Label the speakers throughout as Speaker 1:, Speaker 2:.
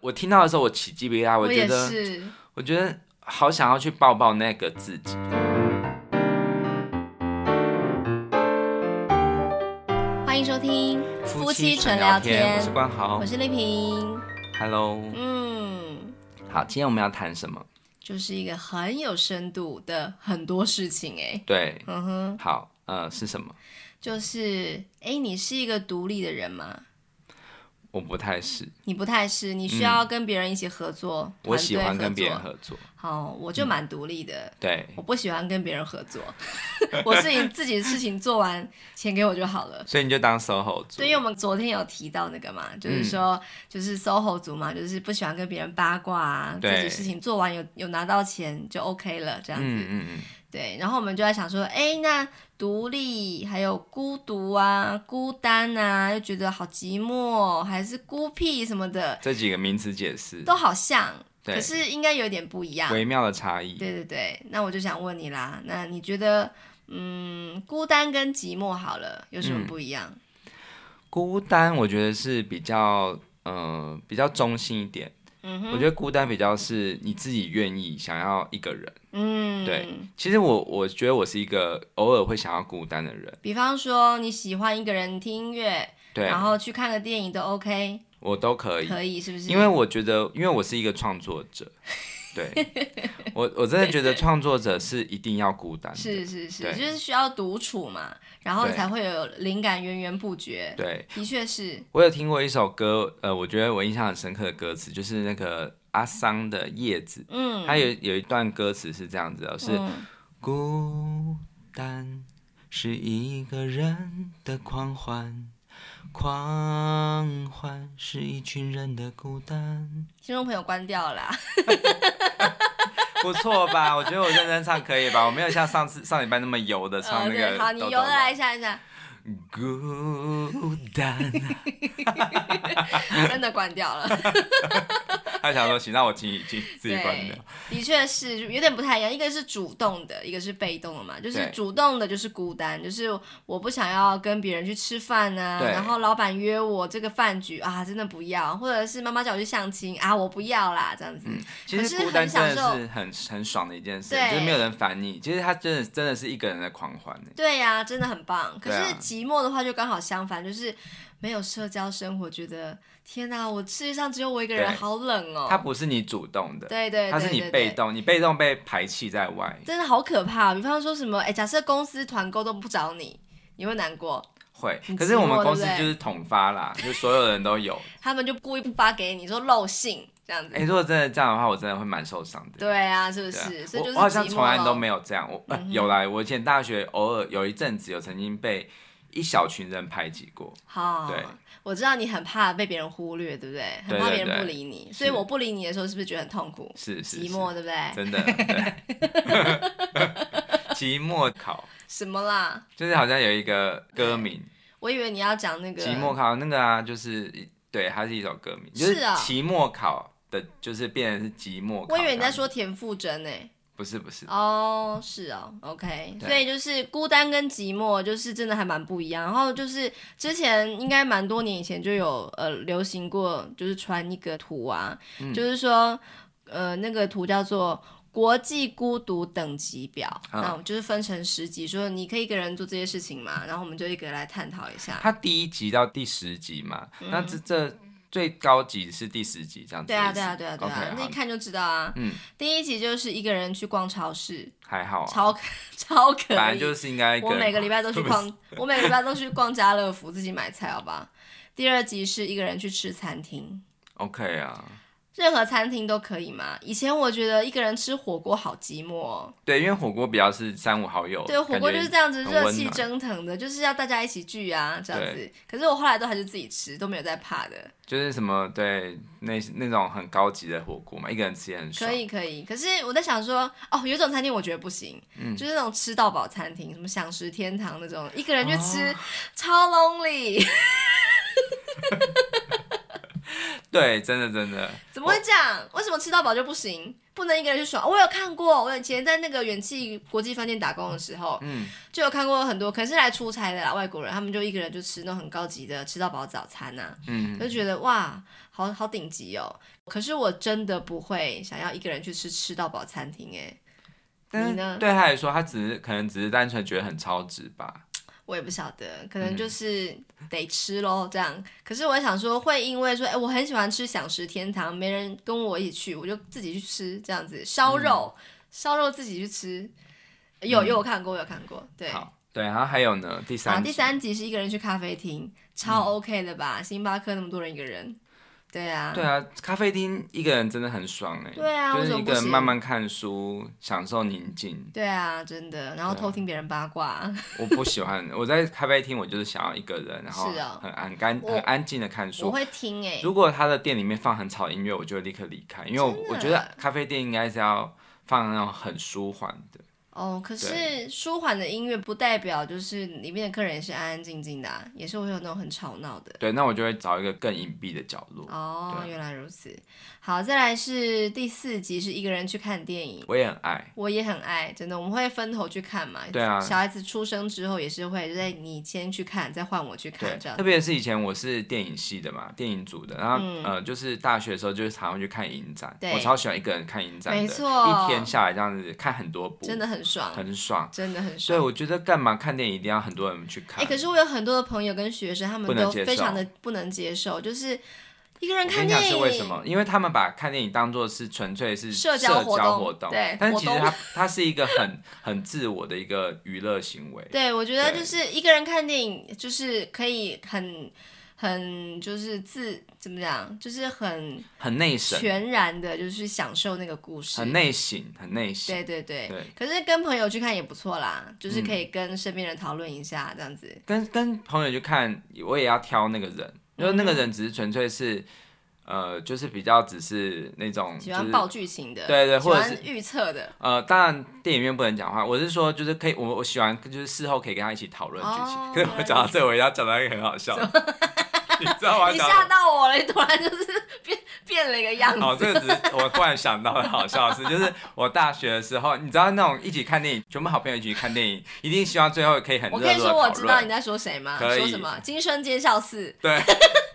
Speaker 1: 我听到的时候我起鸡皮疙瘩，我
Speaker 2: 我
Speaker 1: 觉
Speaker 2: 也
Speaker 1: 得
Speaker 2: 是，
Speaker 1: 我觉得好想要去抱抱那个自己。
Speaker 2: 欢迎收听夫妻
Speaker 1: 纯
Speaker 2: 纯聊
Speaker 1: 天，
Speaker 2: 天
Speaker 1: 我是关豪
Speaker 2: 我是丽萍。
Speaker 1: ，Hello。
Speaker 2: 嗯，
Speaker 1: 好，今天我们要谈什么？
Speaker 2: 就是一个很有深度的很多事情哎、
Speaker 1: 对，
Speaker 2: 嗯哼，
Speaker 1: 好，呃，是什么？
Speaker 2: 就是哎、你是一个独立的人吗？
Speaker 1: 我不太是，
Speaker 2: 你不太是，你需要跟别人一起合作，
Speaker 1: 嗯我喜欢跟别人
Speaker 2: 合作。
Speaker 1: 合嗯作。
Speaker 2: 好，我就蛮独立的，
Speaker 1: 对，
Speaker 2: 我不喜欢跟别人合 作，我自己自己的事情做完，钱给我就好了。
Speaker 1: 所以你就当 SOHO 族
Speaker 2: 对，因为我们昨天有提到那个嘛，
Speaker 1: 嗯
Speaker 2: 就是说，就是 SOHO 族嘛，就是不喜欢跟别人八卦啊，自
Speaker 1: 对
Speaker 2: 己事情做完有有拿到钱就 OK 了，这样子。
Speaker 1: 嗯嗯嗯，
Speaker 2: 对，然后我们就在想说，哎，那独立还有孤独啊、孤单啊，又觉得好寂寞，还是孤僻什么的，
Speaker 1: 这几个名词解释
Speaker 2: 都好像，
Speaker 1: 对
Speaker 2: 可是应该有点不一样。
Speaker 1: 微妙的差异。
Speaker 2: 对对对，那我就想问你啦，那你觉得，嗯，孤单跟寂寞好了，有什么
Speaker 1: 嗯
Speaker 2: 不一样？
Speaker 1: 孤单，我觉得是比较，呃，比较中性一点。
Speaker 2: 嗯
Speaker 1: 我觉得孤单比较是你自己愿意想要一个人。
Speaker 2: 嗯，
Speaker 1: 对。其实我我觉得我是一个偶尔会想要孤单的人，
Speaker 2: 比方说你喜欢一个人听音乐，
Speaker 1: 对
Speaker 2: 然后去看个电影都 OK，
Speaker 1: 我都可以，
Speaker 2: 可以是不是？
Speaker 1: 因为我觉得，因为我是一个创作者，对我我真的觉得创作者是一定要孤单的，
Speaker 2: 是是是，
Speaker 1: 对
Speaker 2: 就是需要独处嘛，然后
Speaker 1: 对
Speaker 2: 才会有灵感源源不绝。
Speaker 1: 对
Speaker 2: 的确是，
Speaker 1: 我有听过一首歌，呃，我觉得我印象很深刻的歌词就是那个阿桑的《叶子》，
Speaker 2: 嗯，
Speaker 1: 它有有一段歌词是这样子的，是、
Speaker 2: 嗯
Speaker 1: 孤单是一个人的狂欢，狂欢是一群人的孤单。
Speaker 2: 听众朋友关 掉啦，
Speaker 1: 不错吧？ 我觉得我认真唱可以吧？我没有像上次上礼拜那么油的唱
Speaker 2: 呃，
Speaker 1: 那个抖抖
Speaker 2: 对，
Speaker 1: 抖。
Speaker 2: 好，你由得来一下一下，
Speaker 1: 孤单，
Speaker 2: 真的关掉了，
Speaker 1: 他想说行，那我自己自己自己
Speaker 2: 对
Speaker 1: 关掉。
Speaker 2: 的确是有点不太一样，一个是主动的，一个是被动的嘛，就是
Speaker 1: 对
Speaker 2: 主动的就是孤单，就是我不想要跟别人去吃饭啊，
Speaker 1: 对
Speaker 2: 然后老板约我这个饭局啊，真的不要，或者是妈妈叫我去相亲啊，我不要啦，这样子，
Speaker 1: 其
Speaker 2: 可
Speaker 1: 实
Speaker 2: 是
Speaker 1: 孤单
Speaker 2: 很享
Speaker 1: 真的
Speaker 2: 受
Speaker 1: 是很很爽的一件事，
Speaker 2: 对
Speaker 1: 就是没有人烦你。其实他真的真的是一个人的狂欢欸呢。
Speaker 2: 对呀、真的很棒。可
Speaker 1: 对
Speaker 2: 是
Speaker 1: 啊
Speaker 2: 寂寞的话就刚好相反，就是没有社交生活，觉得天哪、我世界上只有我一个人，
Speaker 1: 对
Speaker 2: 好冷哦。
Speaker 1: 他不是你主动的，
Speaker 2: 对对对对对，
Speaker 1: 他是你被动，你被动被排弃在外，
Speaker 2: 真的好可怕、比方说什么，哎，假设公司团购都不找你，你会难过，
Speaker 1: 会
Speaker 2: 很。
Speaker 1: 可是我
Speaker 2: 寂
Speaker 1: 们
Speaker 2: 寞
Speaker 1: 公司
Speaker 2: 对不对
Speaker 1: 就是统发啦，就所有人都有。
Speaker 2: 他们就故意不发给你，说漏信这样子。
Speaker 1: 哎，如果真的这样的话，我真的会蛮受伤的。
Speaker 2: 对啊，是不
Speaker 1: 对啊
Speaker 2: 是？所以
Speaker 1: 我
Speaker 2: 就是
Speaker 1: 我好像
Speaker 2: 寂寞嗯
Speaker 1: 从来
Speaker 2: 咯
Speaker 1: 都没有这样，我、呃有啦，我以前大学偶尔有一阵子有曾经被一小群人排挤过，
Speaker 2: 好
Speaker 1: 对，
Speaker 2: 我知道你很怕被别人忽略，对不对？很
Speaker 1: 对
Speaker 2: 怕
Speaker 1: 对
Speaker 2: 别人
Speaker 1: 对
Speaker 2: 不理你，所以
Speaker 1: 是
Speaker 2: 我不理你的时候，是不是觉得很痛苦、
Speaker 1: 是是
Speaker 2: 寂寞，对不
Speaker 1: 是
Speaker 2: 对？
Speaker 1: 真的，对， 寂寞考
Speaker 2: 什么啦？
Speaker 1: 就是好像有一个歌 名，
Speaker 2: 我以为你要讲那个
Speaker 1: 期末考那个啊，就是对，它是一首歌名，就是
Speaker 2: 啊
Speaker 1: 期末考的，就是变成是寂寞考。
Speaker 2: 我以为你在，说田馥甄呢。
Speaker 1: 不是不是，
Speaker 2: 哦，是哦，OK，
Speaker 1: 对
Speaker 2: 所以就是孤单跟寂寞，就是真的还蛮不一样。然后就是之前应该蛮多年以前就有呃流行过，就是传一个图啊，
Speaker 1: 嗯
Speaker 2: 就是说呃那个图叫做。国际孤独等级表，
Speaker 1: 嗯
Speaker 2: 那我们就是分成十级，说你可以一个人做这些事情嘛，然后我们就一个来探讨一下。
Speaker 1: 它第一集到第十集嘛，
Speaker 2: 嗯
Speaker 1: 那这这最高级是第十集这样子
Speaker 2: 对
Speaker 1: 的意
Speaker 2: 啊，
Speaker 1: 思。
Speaker 2: 对啊，对啊，对啊
Speaker 1: OK，
Speaker 2: 那一
Speaker 1: 好，
Speaker 2: 看就知道啊。
Speaker 1: 嗯，
Speaker 2: 第一集就是一个人去逛超市，
Speaker 1: 还好啊，
Speaker 2: 超超可
Speaker 1: 反
Speaker 2: 以
Speaker 1: 正。就是应该一个
Speaker 2: 我
Speaker 1: 人
Speaker 2: 每个礼拜都去
Speaker 1: 不是
Speaker 2: 逛，我每个礼拜都去逛家乐福自己买菜，好吧？第二集是一个人去吃餐厅，
Speaker 1: OK 啊，
Speaker 2: 任何餐厅都可以嘛。以前我觉得一个人吃火锅好寂寞、哦，
Speaker 1: 对，因为火锅比较是三五好友，
Speaker 2: 对，火锅就是这
Speaker 1: 样。
Speaker 2: 样子
Speaker 1: 哦很
Speaker 2: 热
Speaker 1: 温
Speaker 2: 气
Speaker 1: 暖
Speaker 2: 蒸腾的，就是要大家一起聚啊，这样子
Speaker 1: 对。
Speaker 2: 可是我后来都还是自己吃，都没有在怕的，
Speaker 1: 就是什么对那那种很高级的火锅嘛，一个人吃也很爽。
Speaker 2: 可以可以。可是我在想说，哦，有一种餐厅我觉得不行，
Speaker 1: 嗯
Speaker 2: 就是那种吃到饱餐厅，什么享食天堂那种，一个人
Speaker 1: 哦
Speaker 2: 去吃、超 lonely。
Speaker 1: 对，真的真的，
Speaker 2: 怎么会这样？为什么吃到饱就不行？不能一个人去爽？我有看过，我以前在那个远气国际饭店打工的时候，
Speaker 1: 嗯，
Speaker 2: 就有看过很多，可能是来出差的啦，外国人，他们就一个人就吃那种很高级的吃到饱早餐呐、
Speaker 1: 嗯
Speaker 2: 我就觉得哇，好好顶级哦。可是我真的不会想要一个人去吃吃到饱餐厅欸诶，
Speaker 1: 但
Speaker 2: 你呢
Speaker 1: 是对他来说，他只是可能只是单纯觉得很超值吧。
Speaker 2: 我也不晓得，可
Speaker 1: 嗯
Speaker 2: 能就是得吃咯，这样。可是我想说，会因为说，哎、我很喜欢吃享食天堂，没人跟我一起去，我就自己去吃这样子烧
Speaker 1: 嗯
Speaker 2: 肉，烧、肉自己去吃。有有我看过，有看过，对。
Speaker 1: 好，对，然后还有呢，第
Speaker 2: 好，
Speaker 1: 三
Speaker 2: 第
Speaker 1: 集，嗯
Speaker 2: 三集是一个人去咖啡厅，超 OK 的吧？星巴克那么多人一个人，对啊，
Speaker 1: 对啊，咖啡厅一个人真的很爽哎、
Speaker 2: 对啊
Speaker 1: 就
Speaker 2: 为什
Speaker 1: 是
Speaker 2: 么
Speaker 1: 一
Speaker 2: 不
Speaker 1: 个人
Speaker 2: 行
Speaker 1: 慢慢看书，享受宁静。
Speaker 2: 对啊，真的。然后偷听别人八卦，
Speaker 1: 我不喜欢，我在咖啡厅，我就是想要一个人，然后
Speaker 2: 是哦
Speaker 1: 很安干、
Speaker 2: 我
Speaker 1: 很安静的看
Speaker 2: 我
Speaker 1: 书。
Speaker 2: 会听哎、
Speaker 1: 如果他的店里面放很吵的音乐，我就会立刻离开，因为我
Speaker 2: 真的
Speaker 1: 我觉得咖啡店应该是要放那种很舒缓的。
Speaker 2: 哦，可是
Speaker 1: 对
Speaker 2: 舒缓的音乐不代表就是里面的客人也是安安静静的、啊，也是会有那种很吵闹的。
Speaker 1: 对，那我就会找一个更隐蔽的角落。
Speaker 2: 哦，
Speaker 1: 对啊
Speaker 2: 原来如此。好，再来是第四集是一个人去看电影，
Speaker 1: 我也很爱，
Speaker 2: 我也很爱，真的，我们会分头去看嘛。
Speaker 1: 对啊
Speaker 2: 小孩子出生之后也是会，就是你先去看，再换我去
Speaker 1: 对
Speaker 2: 看这，样
Speaker 1: 特。别是以前我是电影系的嘛，电影组的，然后、呃，就是大学的时候就是常常去看影展，
Speaker 2: 嗯对
Speaker 1: 我超喜欢一个人看影展的，
Speaker 2: 没错
Speaker 1: 一天下来这样子看很多部，
Speaker 2: 真的很爽，
Speaker 1: 很爽。
Speaker 2: 真的很
Speaker 1: 所以
Speaker 2: 爽。
Speaker 1: 我觉得干嘛看电影一定要很多人去看。
Speaker 2: 哎、可是我有很多的朋友跟学生，他们
Speaker 1: 不能
Speaker 2: 都
Speaker 1: 接
Speaker 2: 非常
Speaker 1: 受
Speaker 2: 的不能接受，就是一个人
Speaker 1: 我
Speaker 2: 看
Speaker 1: 跟你讲
Speaker 2: 电
Speaker 1: 是
Speaker 2: 影。
Speaker 1: 为什么？因为他们把看电影当做是纯粹是
Speaker 2: 社
Speaker 1: 交
Speaker 2: 交活动
Speaker 1: 活
Speaker 2: 对
Speaker 1: 但
Speaker 2: 活
Speaker 1: 其实
Speaker 2: 动
Speaker 1: 它它是一个很很自我的一个娱乐行为。
Speaker 2: 对，我觉得
Speaker 1: 对
Speaker 2: 就是一个人看电影，就是可以很很就是自怎么讲，就是很
Speaker 1: 很内省，
Speaker 2: 全然的，就是享受那个故事。
Speaker 1: 很内省，很内省。
Speaker 2: 对对对。
Speaker 1: 对
Speaker 2: 可是跟朋友去看也不错啦，就是可以跟身边人讨论一下这样子。
Speaker 1: 跟跟朋友去看，我也要挑那个人，就是
Speaker 2: 嗯
Speaker 1: 那个人只是纯粹是，呃，就是比较只是那种，
Speaker 2: 喜
Speaker 1: 就
Speaker 2: 欢
Speaker 1: 是
Speaker 2: 爆剧情的，
Speaker 1: 对对
Speaker 2: 喜
Speaker 1: 或者
Speaker 2: 欢
Speaker 1: 是
Speaker 2: 预测的，
Speaker 1: 呃，当然电影院不能讲话，我是说就是可以，我我喜欢就是事后可以跟他一起讨论剧情。
Speaker 2: 哦
Speaker 1: 可是我讲到这，我也要讲到一个很好笑的， 你知道吗？
Speaker 2: 你
Speaker 1: 讲
Speaker 2: 吓到我了，你突然就是变变了一个样子。
Speaker 1: 哦， 这个只是我突然想到的好笑的事，就是我大学的时候，你知道那种一起看电影，全部好朋友一起去看电影，一定希望最后可以很热
Speaker 2: 我
Speaker 1: 络
Speaker 2: 可
Speaker 1: 的
Speaker 2: 以
Speaker 1: 讨
Speaker 2: 说
Speaker 1: 论。
Speaker 2: 我知道你在说谁吗？
Speaker 1: 可以
Speaker 2: 说什么？今生今宵四，
Speaker 1: 对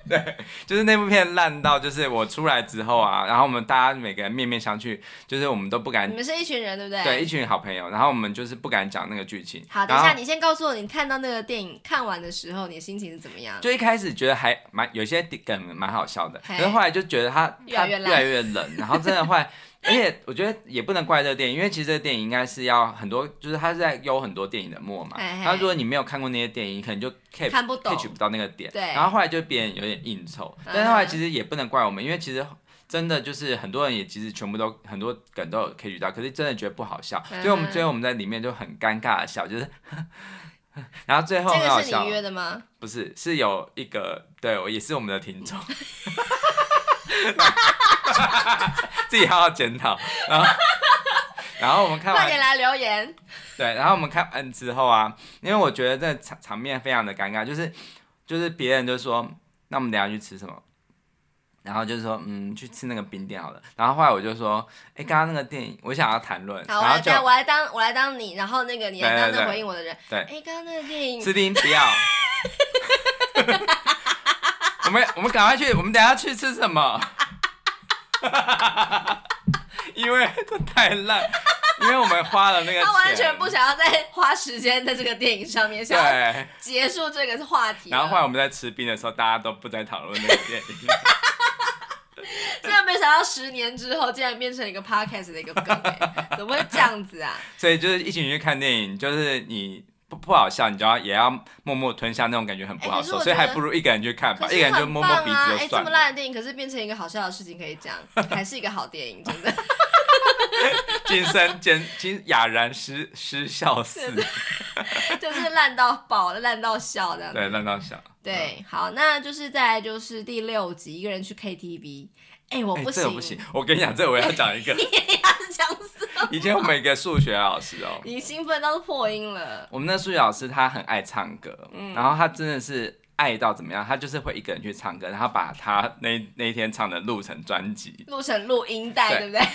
Speaker 1: 对，就是那部片烂到，就是我出来之后啊，然后我们大家每个人面面相觑，就是我们都不敢
Speaker 2: 你，们是一群人，对不对？
Speaker 1: 对，一群好朋友，然后我们就是不敢讲那个剧情。
Speaker 2: 好，等
Speaker 1: 然
Speaker 2: 一
Speaker 1: 后
Speaker 2: 下，你先告诉我，你看到那个电影看完的时候，你的心情是怎么样？
Speaker 1: 就一开始觉得还蛮有些梗蛮好笑的，
Speaker 2: 嘿
Speaker 1: 可是后来就觉得他
Speaker 2: 越来越
Speaker 1: 他
Speaker 2: 烂
Speaker 1: 越来越冷，然后真的坏。而且我觉得也不能怪这个电影，因为其实这个电影应该是要很多，就是它是在有很多电影的末嘛。
Speaker 2: 嘿嘿
Speaker 1: 然后如果你没有看过那些电影，你可能就 catch
Speaker 2: 看不懂
Speaker 1: catch 不到那个点。
Speaker 2: 对
Speaker 1: 然后后来就别人有点应酬，
Speaker 2: 嗯
Speaker 1: 但是后来其实也不能怪我们，因为其实真的就是很多人也其实全部都很多梗都有 catch 到，可是真的觉得不好笑，所以我们
Speaker 2: 嗯
Speaker 1: 最后我们在里面就很尴尬的笑，就是。 然后最后
Speaker 2: 这
Speaker 1: 很好
Speaker 2: 个是
Speaker 1: 笑，
Speaker 2: 你约的吗？
Speaker 1: 不是，是有一个对我也是我们的听 众， 自己好好检讨。然后，然后我们看
Speaker 2: 快
Speaker 1: 完
Speaker 2: 点来留言。
Speaker 1: 对，然后我们看完之后啊，因为我觉得这场场面非常的尴尬，就是就是别人就说，那我们等一下去吃什么？然后就说，嗯，去吃那个冰店好了。然后后来我就说，哎，刚刚那个电影我想要谈 论，
Speaker 2: 好，我
Speaker 1: 然后
Speaker 2: 来
Speaker 1: 就
Speaker 2: 当，我来当，我来当你，然后那个你来
Speaker 1: 对对
Speaker 2: 当那
Speaker 1: 对
Speaker 2: 回应我的人。
Speaker 1: 对，
Speaker 2: 哎，刚刚那个电影，
Speaker 1: 斯丁不要。我们我们赶快去，我们等一下去吃什么？ 因为这太烂，因为我们花了那 个钱，
Speaker 2: 他完全不想要再 花时间在这个电影上面，想要
Speaker 1: 对。
Speaker 2: 结束这个话题了。
Speaker 1: 然后后来我们在吃冰的时候，大家都不再讨论那个电影。
Speaker 2: 真的没想到，十年之后竟然变成一个 podcast 的一个梗、哎怎么会这样子 啊？
Speaker 1: 所以就是一起去看电影，就是你不不好笑，你就要也要默默吞下那种感觉，很不好
Speaker 2: 哎可是
Speaker 1: 受，
Speaker 2: 我
Speaker 1: 所以
Speaker 2: 觉得
Speaker 1: 还不如一个人去看吧，
Speaker 2: 可
Speaker 1: 一
Speaker 2: 是
Speaker 1: 个
Speaker 2: 很
Speaker 1: 人就
Speaker 2: 棒
Speaker 1: 摸摸鼻
Speaker 2: 啊
Speaker 1: 子
Speaker 2: 哎
Speaker 1: 就
Speaker 2: 这
Speaker 1: 算
Speaker 2: 么
Speaker 1: 了。
Speaker 2: 烂的电影，可是变成一个好笑的事情可以讲，还是一个好电影，真的。
Speaker 1: 今生今今哑然失失笑死，
Speaker 2: 就是烂到爆，烂到笑这样子。
Speaker 1: 对，烂到笑。
Speaker 2: 对，好，那就是再来就是第六集，一个人去 KTV。哎、我
Speaker 1: 哎
Speaker 2: 不
Speaker 1: 这
Speaker 2: 行，
Speaker 1: 个不行。我跟你讲，这个我要讲一 个。
Speaker 2: 他 是讲什么？
Speaker 1: 以前我们有一个数学老师
Speaker 2: 嗯
Speaker 1: 哦，
Speaker 2: 你兴奋到破音了。嗯
Speaker 1: 我们那数学老师他很爱唱歌，然后他真的是爱到怎么样，他就是会一个人去唱歌，然后把他那那一天唱的录成专辑。
Speaker 2: 录成录音带，
Speaker 1: 对
Speaker 2: 对不对？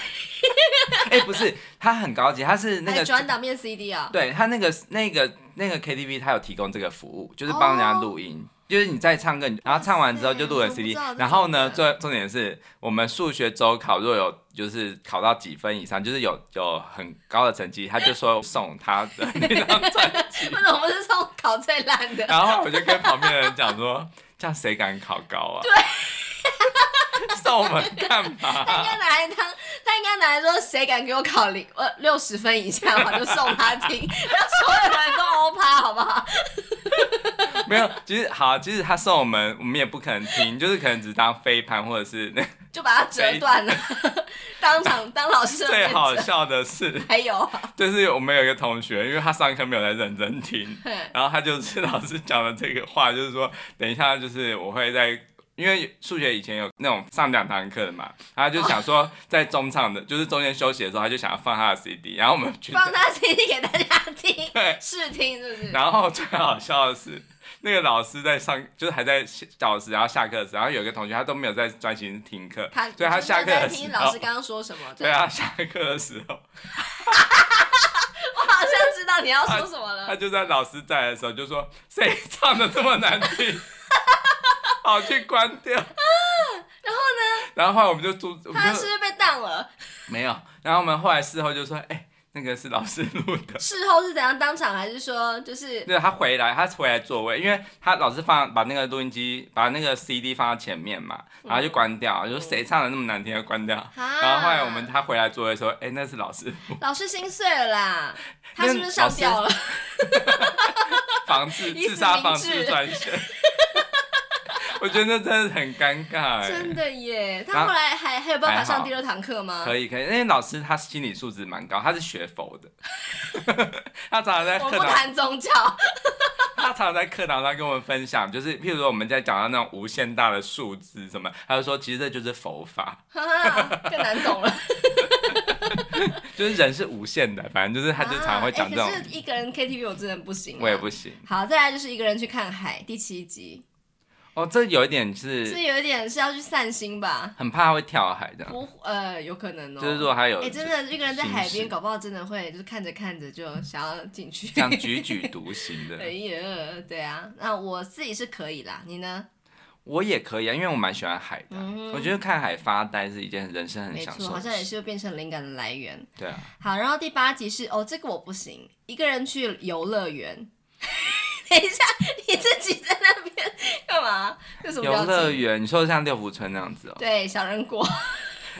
Speaker 1: 哎、不是，他很高级，他是那
Speaker 2: 还
Speaker 1: 个
Speaker 2: 转档变 CD 啊、
Speaker 1: 对他那个那个那个 KTV，他有提供这个服务，就是帮人家录音。就是你在唱歌，你然后唱完之后就录
Speaker 2: 哦哇
Speaker 1: 了
Speaker 2: 塞
Speaker 1: CD，
Speaker 2: 我不知道这
Speaker 1: 然后呢，
Speaker 2: 种
Speaker 1: 最重点是我们数学周考若有就是考到几分以上，就是有有很高的成绩，他就说送他的 那张专辑。
Speaker 2: 为什么是送考最烂的？
Speaker 1: 然后我就跟旁边的人讲说，这样谁敢考高啊？对， 送我们干
Speaker 2: 他应
Speaker 1: 嘛？
Speaker 2: 该拿来当，他应该拿来说谁敢给我考零呃六十分以下， 我就送他听，让所有人都欧趴，好不好？
Speaker 1: 没有，其实好，其实他送我们，我们也不可能听，就是可能只当飞盘或者是那
Speaker 2: 就把它折断了，当场当老师的
Speaker 1: 最
Speaker 2: 面
Speaker 1: 好
Speaker 2: 折。
Speaker 1: 笑的是。
Speaker 2: 还有啊，
Speaker 1: 就是我们有一个同学，因为他上课没有在认真听，
Speaker 2: 嘿
Speaker 1: 然后他就是老师讲的这个话，就是说等一下就是我会在。因为数学以前有那种上两堂课的嘛，然后他就想说在中场的，就是中间休息的时候，他就想要放他的 CD，然后我们去
Speaker 2: 放他 CD 给大家听
Speaker 1: 对，
Speaker 2: 试听，是不是？
Speaker 1: 然后最好笑的是那个老师在上，就是还在教室，然后下课时，然后有一个同学他都没有在专心听课，
Speaker 2: 他
Speaker 1: 所以他下课
Speaker 2: 在
Speaker 1: 的时
Speaker 2: 听老
Speaker 1: 候
Speaker 2: 师，刚刚说什么？
Speaker 1: 对，啊他下课的时候，
Speaker 2: 我好像知道你要说什么
Speaker 1: 他
Speaker 2: 了。
Speaker 1: 就在老师在的时候就说：“谁唱的这么难听？” 跑去关掉。
Speaker 2: 然
Speaker 1: 后呢？然后后来我们就住，我
Speaker 2: 他
Speaker 1: 们
Speaker 2: 是不
Speaker 1: 就是
Speaker 2: 被当了？
Speaker 1: 没有。然后我们后来事后就说：“哎、那个是老师录的。
Speaker 2: 事后是怎样？当场还是说就是”
Speaker 1: 对，他回来，他回来座位，因为他老师放把那个录音机，把那个 CD 放到前面嘛，
Speaker 2: 嗯
Speaker 1: 然后就关掉，就说谁唱的那么难听，就关掉。
Speaker 2: 啊
Speaker 1: 然后后来我们他回来座位说：“哎、那是老 师录
Speaker 2: 老师心碎了 啦？他
Speaker 1: 那
Speaker 2: 是不是上
Speaker 1: 老师
Speaker 2: 吊了？
Speaker 1: 防治
Speaker 2: 以
Speaker 1: 自
Speaker 2: 死
Speaker 1: 杀
Speaker 2: 明
Speaker 1: 防
Speaker 2: 志
Speaker 1: 治专线。” 我觉得那真的很尴尬、哎。
Speaker 2: 真的耶！
Speaker 1: 然
Speaker 2: 他
Speaker 1: 后
Speaker 2: 后来还还有办法
Speaker 1: 还好
Speaker 2: 上第二堂课吗？
Speaker 1: 可以可以，因为老师他心理素质蛮高，他是学佛的， 他常常在
Speaker 2: 我
Speaker 1: 课
Speaker 2: 不
Speaker 1: 堂，
Speaker 2: 谈宗教，
Speaker 1: 他常常在课堂上跟我们分享，就是譬如说我们在讲到那种无限大的数字什么，他就说其实这就是佛法，
Speaker 2: 哈更难懂了。
Speaker 1: 就是人是无限的，反正就是 他就常会讲这种，
Speaker 2: 啊哎可是一个人 KTV 我真的不行、啊，
Speaker 1: 我也不行。
Speaker 2: 好，再来就是一个人去看海，第七集，
Speaker 1: 哦，这有一点
Speaker 2: 这
Speaker 1: 是
Speaker 2: 有一点是要去散心吧？
Speaker 1: 很怕他会跳海的，
Speaker 2: 不，呃，有可能哦。
Speaker 1: 就是如果他有
Speaker 2: 哎、真的，一个人在海
Speaker 1: 心
Speaker 2: 边，
Speaker 1: 事
Speaker 2: 搞不好真的会就是看着看着就想要进去。
Speaker 1: 这样踽踽独行的
Speaker 2: 哎，呀，对啊，那我自己是可以啦，你呢？
Speaker 1: 我也可以啊，因为我蛮喜欢海的啊，
Speaker 2: 嗯哼
Speaker 1: 我觉得看海发呆是一件人生很
Speaker 2: 没
Speaker 1: 享
Speaker 2: 错，
Speaker 1: 受
Speaker 2: 好
Speaker 1: 的
Speaker 2: 像也
Speaker 1: 事。
Speaker 2: 是又变成灵感的来源。
Speaker 1: 对啊，
Speaker 2: 好，然后第八集是哦，这个我不行，一个人去游乐园。 等一下，你自己在那边干嘛？有什么
Speaker 1: 游
Speaker 2: 表
Speaker 1: 乐
Speaker 2: 情？
Speaker 1: 园，你说像六福村那样子哦、
Speaker 2: 对，小人国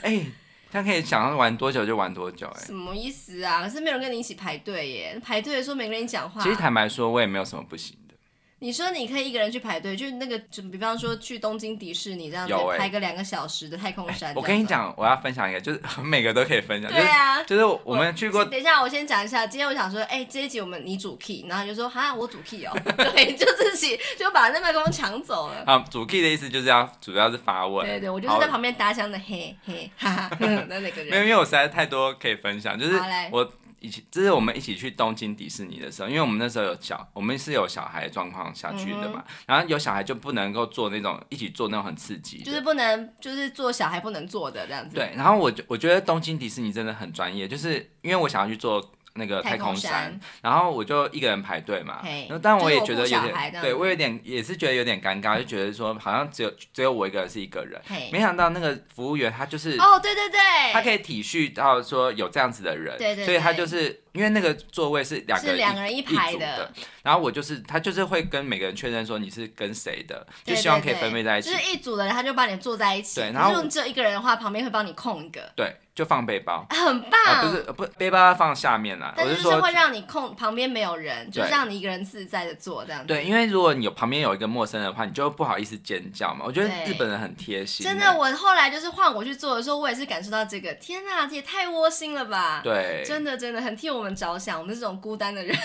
Speaker 1: 哎、他可以想要玩多久就玩多久、哎，
Speaker 2: 什么意思啊？可是没有人跟你一起排队耶，排队的时候没人跟你讲话。
Speaker 1: 其实坦白说，我也没有什么不行的。
Speaker 2: 你说你可以一个人去排队，就是那个，就比方说去东京迪士尼这样子
Speaker 1: 有欸哎
Speaker 2: 排个两个小时的太空山。
Speaker 1: 我跟你，讲，我要分享一个，就是每个都可以分享，
Speaker 2: 对啊。
Speaker 1: 就是就是我们去过，
Speaker 2: 等一下，我先讲一下。今天我想说，哎、这一集我们你主 key，然后你就说哈，我主 key 哦， 对，就自己 就把那麦克风抢走了。
Speaker 1: 啊，主 key 的意思就是要主要是发问，
Speaker 2: 对对，我就
Speaker 1: 好
Speaker 2: 是在旁边搭腔的，嘿嘿，哈哈，嗯那那个
Speaker 1: 没有，
Speaker 2: 人，
Speaker 1: 因为我实在太多可以分享，就是
Speaker 2: 好嘞
Speaker 1: 我以前，这是我们一起去东京迪士尼的时候，因为我们那时候有小，我们是有小孩的状况下去
Speaker 2: 嗯
Speaker 1: 的嘛，然后有小孩就不能够做那种一起做那种很刺激的，
Speaker 2: 就是不能，就是做小孩不能做的这样子。
Speaker 1: 对，然后我觉我觉得东京迪士尼真的很专业，就是因为我想要去做那个
Speaker 2: 太
Speaker 1: 太
Speaker 2: 空
Speaker 1: 空
Speaker 2: 山
Speaker 1: 山，然后我就一个人排队嘛
Speaker 2: 嘿，
Speaker 1: 那但
Speaker 2: 就是
Speaker 1: 我也
Speaker 2: 我
Speaker 1: 觉
Speaker 2: 顾
Speaker 1: 得有
Speaker 2: 小
Speaker 1: 点
Speaker 2: 孩这，样
Speaker 1: 对
Speaker 2: 子
Speaker 1: 我有点也是觉得有点尴尬，就觉得说好像只有只有我一个人是一个人，
Speaker 2: 嘿，
Speaker 1: 没想到那个服务员他就是。
Speaker 2: 哦，对对对，
Speaker 1: 他可以体恤到说有这样子的人，
Speaker 2: 对对
Speaker 1: 所以他就
Speaker 2: 对
Speaker 1: 是因为那个座位是两个
Speaker 2: 是两个人一
Speaker 1: 一
Speaker 2: 排
Speaker 1: 组
Speaker 2: 的
Speaker 1: 的，然后我就是他就是会跟每个人确认说你是跟谁的，
Speaker 2: 对
Speaker 1: 就
Speaker 2: 对
Speaker 1: 希望可以
Speaker 2: 对
Speaker 1: 分配在一起
Speaker 2: 就，是一组的人，他就把你坐在一起。
Speaker 1: 对
Speaker 2: 可
Speaker 1: 然后
Speaker 2: 是如果你只有一个人的话，旁边会帮你空一个，
Speaker 1: 对，就放背包，
Speaker 2: 啊很
Speaker 1: 啊，
Speaker 2: 棒。
Speaker 1: 不是呃不背包要放下面啦，我
Speaker 2: 但是就是
Speaker 1: 说
Speaker 2: 会让你空旁边没有人，就是
Speaker 1: 对
Speaker 2: 让你一个人自在的坐这样子。
Speaker 1: 对，因为如果你有旁边有一个陌生人的话，你就不好意思尖叫嘛。我觉得
Speaker 2: 对
Speaker 1: 日本人很贴心欸，
Speaker 2: 真的，我后来就是换我去做的时候，我也是感受到这个，天哪，这也太窝心了吧！
Speaker 1: 对，
Speaker 2: 真的真的很替我们着想，我们这种孤单的人。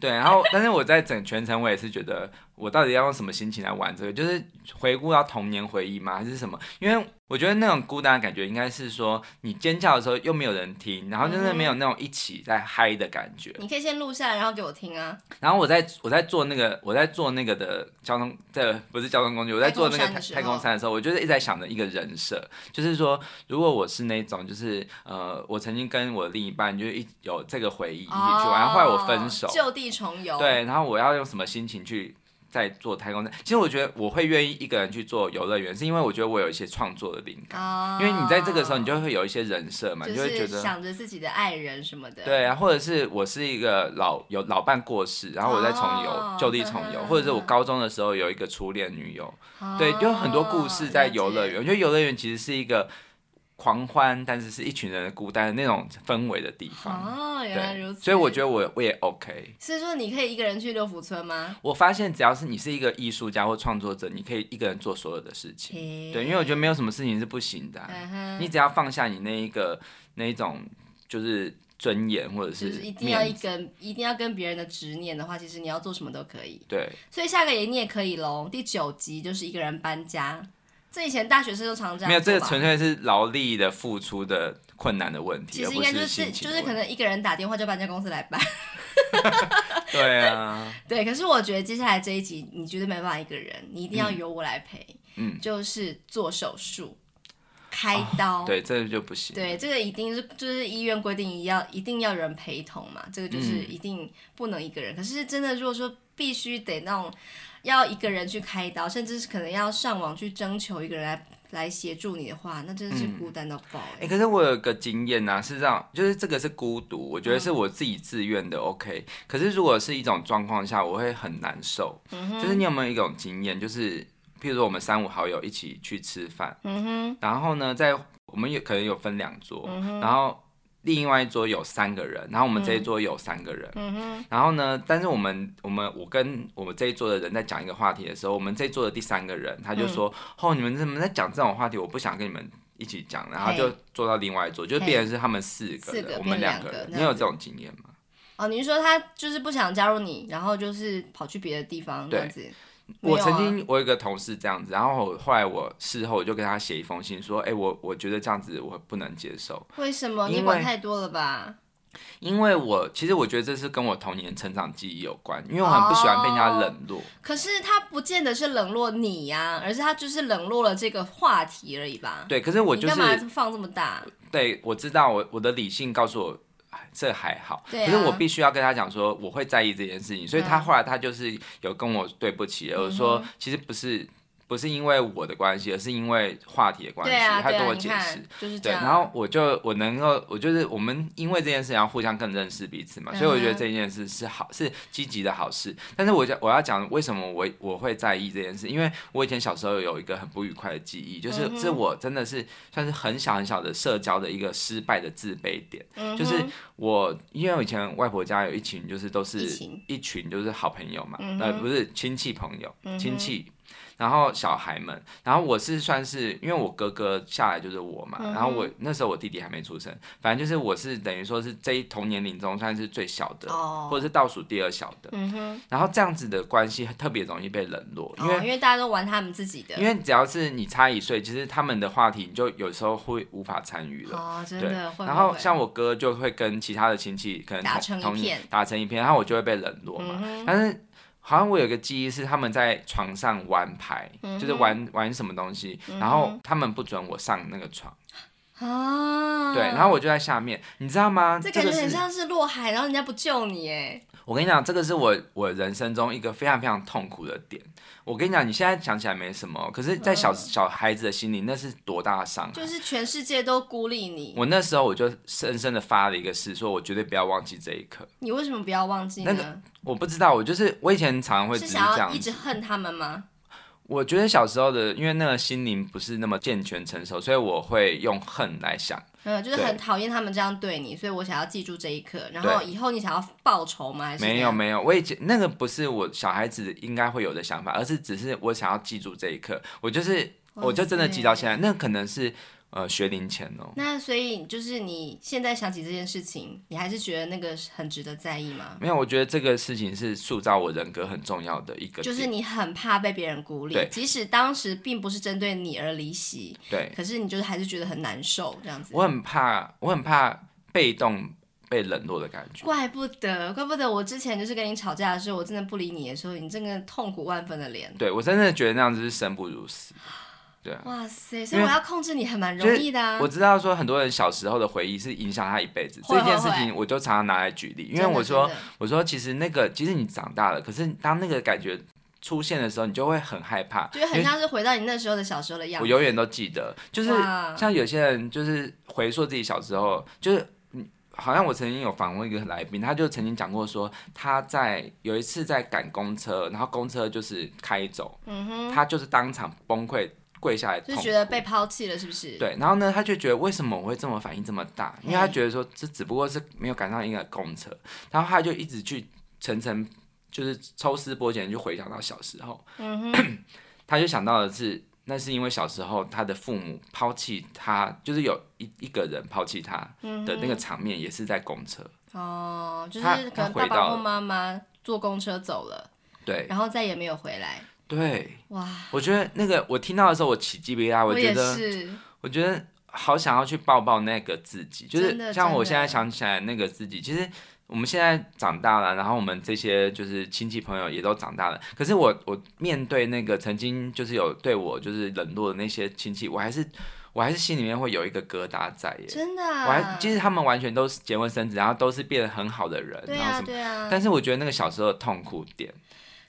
Speaker 1: 对，然后但是我在整全程我也是觉得，我到底要用什么心情来玩这个？就是回顾到童年回忆吗？还是什么？因为我觉得那种孤单的感觉应该是说，你尖叫的时候又没有人听，然后就是
Speaker 2: 嗯
Speaker 1: 没有那种一起在嗨的感觉。
Speaker 2: 你可以先录下来，然后给我听啊。
Speaker 1: 然后我在我在做那个我在做那个的交通，这不是交通工具，我在做那个
Speaker 2: 太
Speaker 1: 太
Speaker 2: 空山的时候
Speaker 1: 太空山的时候，我就是一直在想着一个人设，就是说，如果我是那种就是呃，我曾经跟我另一半就是一有这个回忆一起去玩，然后后来我分手
Speaker 2: 哦，就地重游。，
Speaker 1: 对，然后我要用什么心情去再做太空站？其实我觉得我会愿意一个人去做游乐园，是因为我觉得我有一些创作的灵感，
Speaker 2: 啊、
Speaker 1: 因为你在这个时候你就会有一些人设嘛，你就会觉
Speaker 2: 是
Speaker 1: 得。
Speaker 2: 想着自己的爱人什么的。
Speaker 1: 对啊，或者是我是一个老有老伴过世，然后我再重游，
Speaker 2: 哦
Speaker 1: 就地重游，
Speaker 2: 嗯
Speaker 1: 或者是我高中的时候有一个初恋女友，
Speaker 2: 哦，
Speaker 1: 对，就很多故事在游乐园。
Speaker 2: 了
Speaker 1: 我觉得游乐园其实是一个狂欢，但是是一群人的孤单的那种氛围的地
Speaker 2: 解。
Speaker 1: 方。
Speaker 2: 哦，原来如
Speaker 1: 对，
Speaker 2: 此。
Speaker 1: 所以我觉得我我也 OK。
Speaker 2: 是说你可以一个人去六福村吗？
Speaker 1: 我发现只要是你是一个艺术家或创作者，你可以一个人做所有的事情。对，
Speaker 2: 对
Speaker 1: 因为我觉得没有什么事情是不行的啊、
Speaker 2: 嗯哼，
Speaker 1: 你只要放下你那一个那一种就是尊严或者
Speaker 2: 就是是一定要
Speaker 1: 面
Speaker 2: 一
Speaker 1: 子，
Speaker 2: 跟一定要跟别人的执念的话，其实你要做什么都可以。
Speaker 1: 对，
Speaker 2: 所以下个也你也可以喽。第九集就是一个人搬家，这以前大学生都常这样。
Speaker 1: 没有这个纯。粹是劳力的付出的困难的问题，
Speaker 2: 其
Speaker 1: 而不
Speaker 2: 实应该就是
Speaker 1: 心
Speaker 2: 是
Speaker 1: 情
Speaker 2: 就
Speaker 1: 的
Speaker 2: 是可
Speaker 1: 问题
Speaker 2: 能一个人打电话就搬家公司来搬，
Speaker 1: 对啊，
Speaker 2: 对。可是我觉得接下来这一集你绝对没办法一个人，你一定要由我来陪，
Speaker 1: 嗯，哦
Speaker 2: 就是做手术、开刀，
Speaker 1: 对，这就不行。
Speaker 2: 对，这个一定是就是医院规定一要一定要有人陪同嘛，这个就是
Speaker 1: 嗯
Speaker 2: 一定不能一个人。可是真的，如果说必须得那种要一个人去开刀，甚至是可能要上网去征求一个人来来协助你的话，那真的是孤单到爆、
Speaker 1: 哎、
Speaker 2: 欸
Speaker 1: 可是我有个经验呐、是让就是这个是孤独，我觉
Speaker 2: 嗯
Speaker 1: 得是我自己自愿的，OK。可是如果是一种状况下，我会很难受。
Speaker 2: 嗯
Speaker 1: 就是你有没有一种经验，就是譬如说我们三五好友一起去吃饭，
Speaker 2: 嗯
Speaker 1: 然后呢，在我们有可能有分两桌，然后另外一桌有三个人，然后我们这
Speaker 2: 嗯
Speaker 1: 一桌有三个人，然后呢，但是我们我们我跟我们这一桌的人在讲一个话题的时候，我们这一桌的第三个人他就说：“
Speaker 2: 嗯
Speaker 1: 哦，你们怎么在讲这种话题？我不想跟你们。”一起讲，然后就坐到另外一桌，就变成是他们四个
Speaker 2: 四
Speaker 1: 人，
Speaker 2: 个
Speaker 1: 我们
Speaker 2: 变两
Speaker 1: 个
Speaker 2: 个
Speaker 1: 人。
Speaker 2: 这
Speaker 1: 你
Speaker 2: 样
Speaker 1: 有
Speaker 2: 子
Speaker 1: 这种经验吗？
Speaker 2: 哼，哦，你是说他就是不想加入你，然后就是跑去别的地方这
Speaker 1: 对
Speaker 2: 样子？没
Speaker 1: 我
Speaker 2: 有
Speaker 1: 曾
Speaker 2: 啊
Speaker 1: 经我有一个同事这样子，然后后来我事后我就跟他写一封信说：“哎、我我觉得这样子我不能接受。”
Speaker 2: 为什么你
Speaker 1: 因
Speaker 2: 管
Speaker 1: 为
Speaker 2: 太多了吧？
Speaker 1: 因为我其实我觉得这是跟我童年成长记忆有关，因为我很不喜欢被人家冷落。
Speaker 2: 可是他不见得是冷落你呀、而是他就是冷落了这个话题而已吧？
Speaker 1: 对，可是我
Speaker 2: 你
Speaker 1: 就
Speaker 2: 干
Speaker 1: 是
Speaker 2: 嘛放这么大？
Speaker 1: 对我知道我我的理性告诉我哎这还好，
Speaker 2: 对啊
Speaker 1: 可是我必须要跟他讲说我会在意这件事情，所以他
Speaker 2: 嗯
Speaker 1: 后来他就是有跟我对不起，我说其实不是不是因为我的关系，而是因为话题的关系，
Speaker 2: 对啊，
Speaker 1: 他
Speaker 2: 对
Speaker 1: 跟
Speaker 2: 啊，
Speaker 1: 我
Speaker 2: 你
Speaker 1: 解释
Speaker 2: 看。就是这
Speaker 1: 对，
Speaker 2: 样。
Speaker 1: 然后我就我能够，我就是我们因为这件事要互相更认识彼此嘛，所以我觉得
Speaker 2: 嗯哼
Speaker 1: 这件事是好，是积极的好事。但是我就我要讲为什么我我会在意这件事，因为我以前小时候有一个很不愉快的记忆，就是
Speaker 2: 嗯哼
Speaker 1: 是我真的是算是很小很小的社交的一个失败的自卑点，
Speaker 2: 嗯哼
Speaker 1: 就是我因为我以前外婆家有一群就是都是
Speaker 2: 一群
Speaker 1: 一群就是好朋友嘛，
Speaker 2: 嗯哼
Speaker 1: 呃不是亲戚朋友
Speaker 2: 嗯哼
Speaker 1: 亲戚。然后小孩们，然后我是算是因为我哥哥下来就是我嘛，
Speaker 2: 嗯哼
Speaker 1: 然后我那时候我弟弟还没出生，反正就是我是等于说是这一同年龄中算是最小的，
Speaker 2: 哦，
Speaker 1: 或者是倒数第二小的。
Speaker 2: 嗯哼，
Speaker 1: 然后这样子的关系特别容易被冷落，因
Speaker 2: 哦，
Speaker 1: 为、
Speaker 2: 因为大家都玩他们自己的，
Speaker 1: 因为只要是你差一岁，其实他们的话题你就有时候会无法参与了。
Speaker 2: 哦，真
Speaker 1: 对
Speaker 2: 的会。
Speaker 1: 然后像我哥就会跟其他的亲戚可能
Speaker 2: 打
Speaker 1: 同
Speaker 2: 成一
Speaker 1: 同
Speaker 2: 片嗯
Speaker 1: 打成一片，然后我就会被冷落嘛。但是好像我有个记忆是他们在床上玩牌，
Speaker 2: 嗯
Speaker 1: 就是玩玩什么东西，然后他们不准我上那个床，
Speaker 2: 我 啊，
Speaker 1: 对，然后我就在下面，你知道吗？
Speaker 2: 这
Speaker 1: 这
Speaker 2: 感
Speaker 1: 个
Speaker 2: 觉很
Speaker 1: 是
Speaker 2: 像是落海，然后人家不救你，哎，
Speaker 1: 我跟你讲，这个是我我人生中一个非常非常痛苦的点。我跟你讲，你现在想起来没什么，可是，在小、小孩子的心里，那是多大的伤害。
Speaker 2: 嗯就是全世界都孤立你，
Speaker 1: 我那时候我就深深的发了一个誓，说我绝对不要忘记这一刻。
Speaker 2: 你为什么不要忘记
Speaker 1: 那
Speaker 2: 呢？
Speaker 1: 我不知道，我就是我以前常常会只
Speaker 2: 是
Speaker 1: 是
Speaker 2: 想
Speaker 1: 这
Speaker 2: 要
Speaker 1: 样
Speaker 2: 一直
Speaker 1: 子。
Speaker 2: 恨他们吗？
Speaker 1: 我觉得小时候的，因为那个心灵不是那么健全成熟，所以我会用恨来想。
Speaker 2: 嗯，就是
Speaker 1: 对
Speaker 2: 很讨厌他们这样对你，所以我想要记住这一刻。然
Speaker 1: 对
Speaker 2: 后以后你想要报仇吗？还是
Speaker 1: 没
Speaker 2: 怎
Speaker 1: 有
Speaker 2: 样
Speaker 1: 没有，我以前那个不是我小孩子应该会有的想法，而是只是我想要记住这一刻。我就是，
Speaker 2: 哇塞
Speaker 1: 我就真的记到现在。那可能是呃学龄前哦。
Speaker 2: 那所以就是你现在想起这件事情，你还是觉得那个是很值得在意吗？
Speaker 1: 没有，我觉得这个事情是塑造我人格很重要的一个点，
Speaker 2: 就是你很怕被别人孤立
Speaker 1: 对，
Speaker 2: 即使当时并不是针对你而离席，
Speaker 1: 对
Speaker 2: 可是你就是还是觉得很难受这样子。
Speaker 1: 我很怕，我很怕被动被冷落的感觉。
Speaker 2: 怪不得，怪不得我之前就是跟你吵架的时候，我真的不理你的时候，你真的痛苦万分的脸。
Speaker 1: 对我真的觉得那样子是生不如死。对啊，
Speaker 2: 哇塞，所以我要控制你还蛮容易的啊。
Speaker 1: 我知道说很多人小时候的回忆是影响他一辈子，
Speaker 2: 会
Speaker 1: 这件事
Speaker 2: 会
Speaker 1: 情我就常常拿来举例，因为
Speaker 2: 真的
Speaker 1: 我说
Speaker 2: 真的
Speaker 1: 我说其实那个其实你长大了，可是当那个感觉出现的时候，你就会很害怕，
Speaker 2: 觉得
Speaker 1: 因
Speaker 2: 很
Speaker 1: 为
Speaker 2: 像是回到你那时候的小时候的样
Speaker 1: 我
Speaker 2: 子。
Speaker 1: 永远都记得，就是
Speaker 2: 哇
Speaker 1: 像有些人就是回溯自己小时候，就是嗯好像我曾经有访问一个来宾，他就曾经讲过说，他在有一次在赶公车，然后公车就是开走，
Speaker 2: 嗯哼，
Speaker 1: 他就是当场崩溃跪下来痛
Speaker 2: 就
Speaker 1: 哭，
Speaker 2: 觉得被抛弃了，是不是？，
Speaker 1: 对，然后呢，他就觉得为什么我会这么反应这么大？因为他
Speaker 2: 嘿
Speaker 1: 觉得说这只不过是没有赶上一个公车，然后他就一直去层层就是抽丝剥茧，就回想到小时候，
Speaker 2: 嗯哼，
Speaker 1: 他就想到的是，那是因为小时候他的父母抛弃他，就是有一一个人抛弃他
Speaker 2: 嗯
Speaker 1: 的那个
Speaker 2: 哼，
Speaker 1: 场面，也是在公车。
Speaker 2: 哦，就是
Speaker 1: 他
Speaker 2: 可能
Speaker 1: 他
Speaker 2: 爸
Speaker 1: 回
Speaker 2: 爸
Speaker 1: 到
Speaker 2: 或
Speaker 1: 了
Speaker 2: 妈妈坐公车走了，
Speaker 1: 对
Speaker 2: 然后再也没有回来。
Speaker 1: 对，
Speaker 2: 哇，
Speaker 1: 我觉得那个我听到的时候，我起鸡皮疙瘩，我觉
Speaker 2: 也
Speaker 1: 得
Speaker 2: 是，
Speaker 1: 我觉得好想要去抱抱那个自己，就
Speaker 2: 真的
Speaker 1: 是像
Speaker 2: 真
Speaker 1: 我
Speaker 2: 的
Speaker 1: 现在想起来那个自己，其实。我们现在长大了，然后我们这些就是亲戚朋友也都长大了。可是我我面对那个曾经就是有对我就是冷落的那些亲戚，我还是 我还是心里面会有一个疙瘩在耶。
Speaker 2: 真的
Speaker 1: 我还
Speaker 2: 啊。
Speaker 1: 其实他们完全都是结婚生子，然后都是变得很好的人，
Speaker 2: 对
Speaker 1: 然后
Speaker 2: 啊，
Speaker 1: 什么。
Speaker 2: 对啊。
Speaker 1: 但是我觉得那个小时候的痛苦点，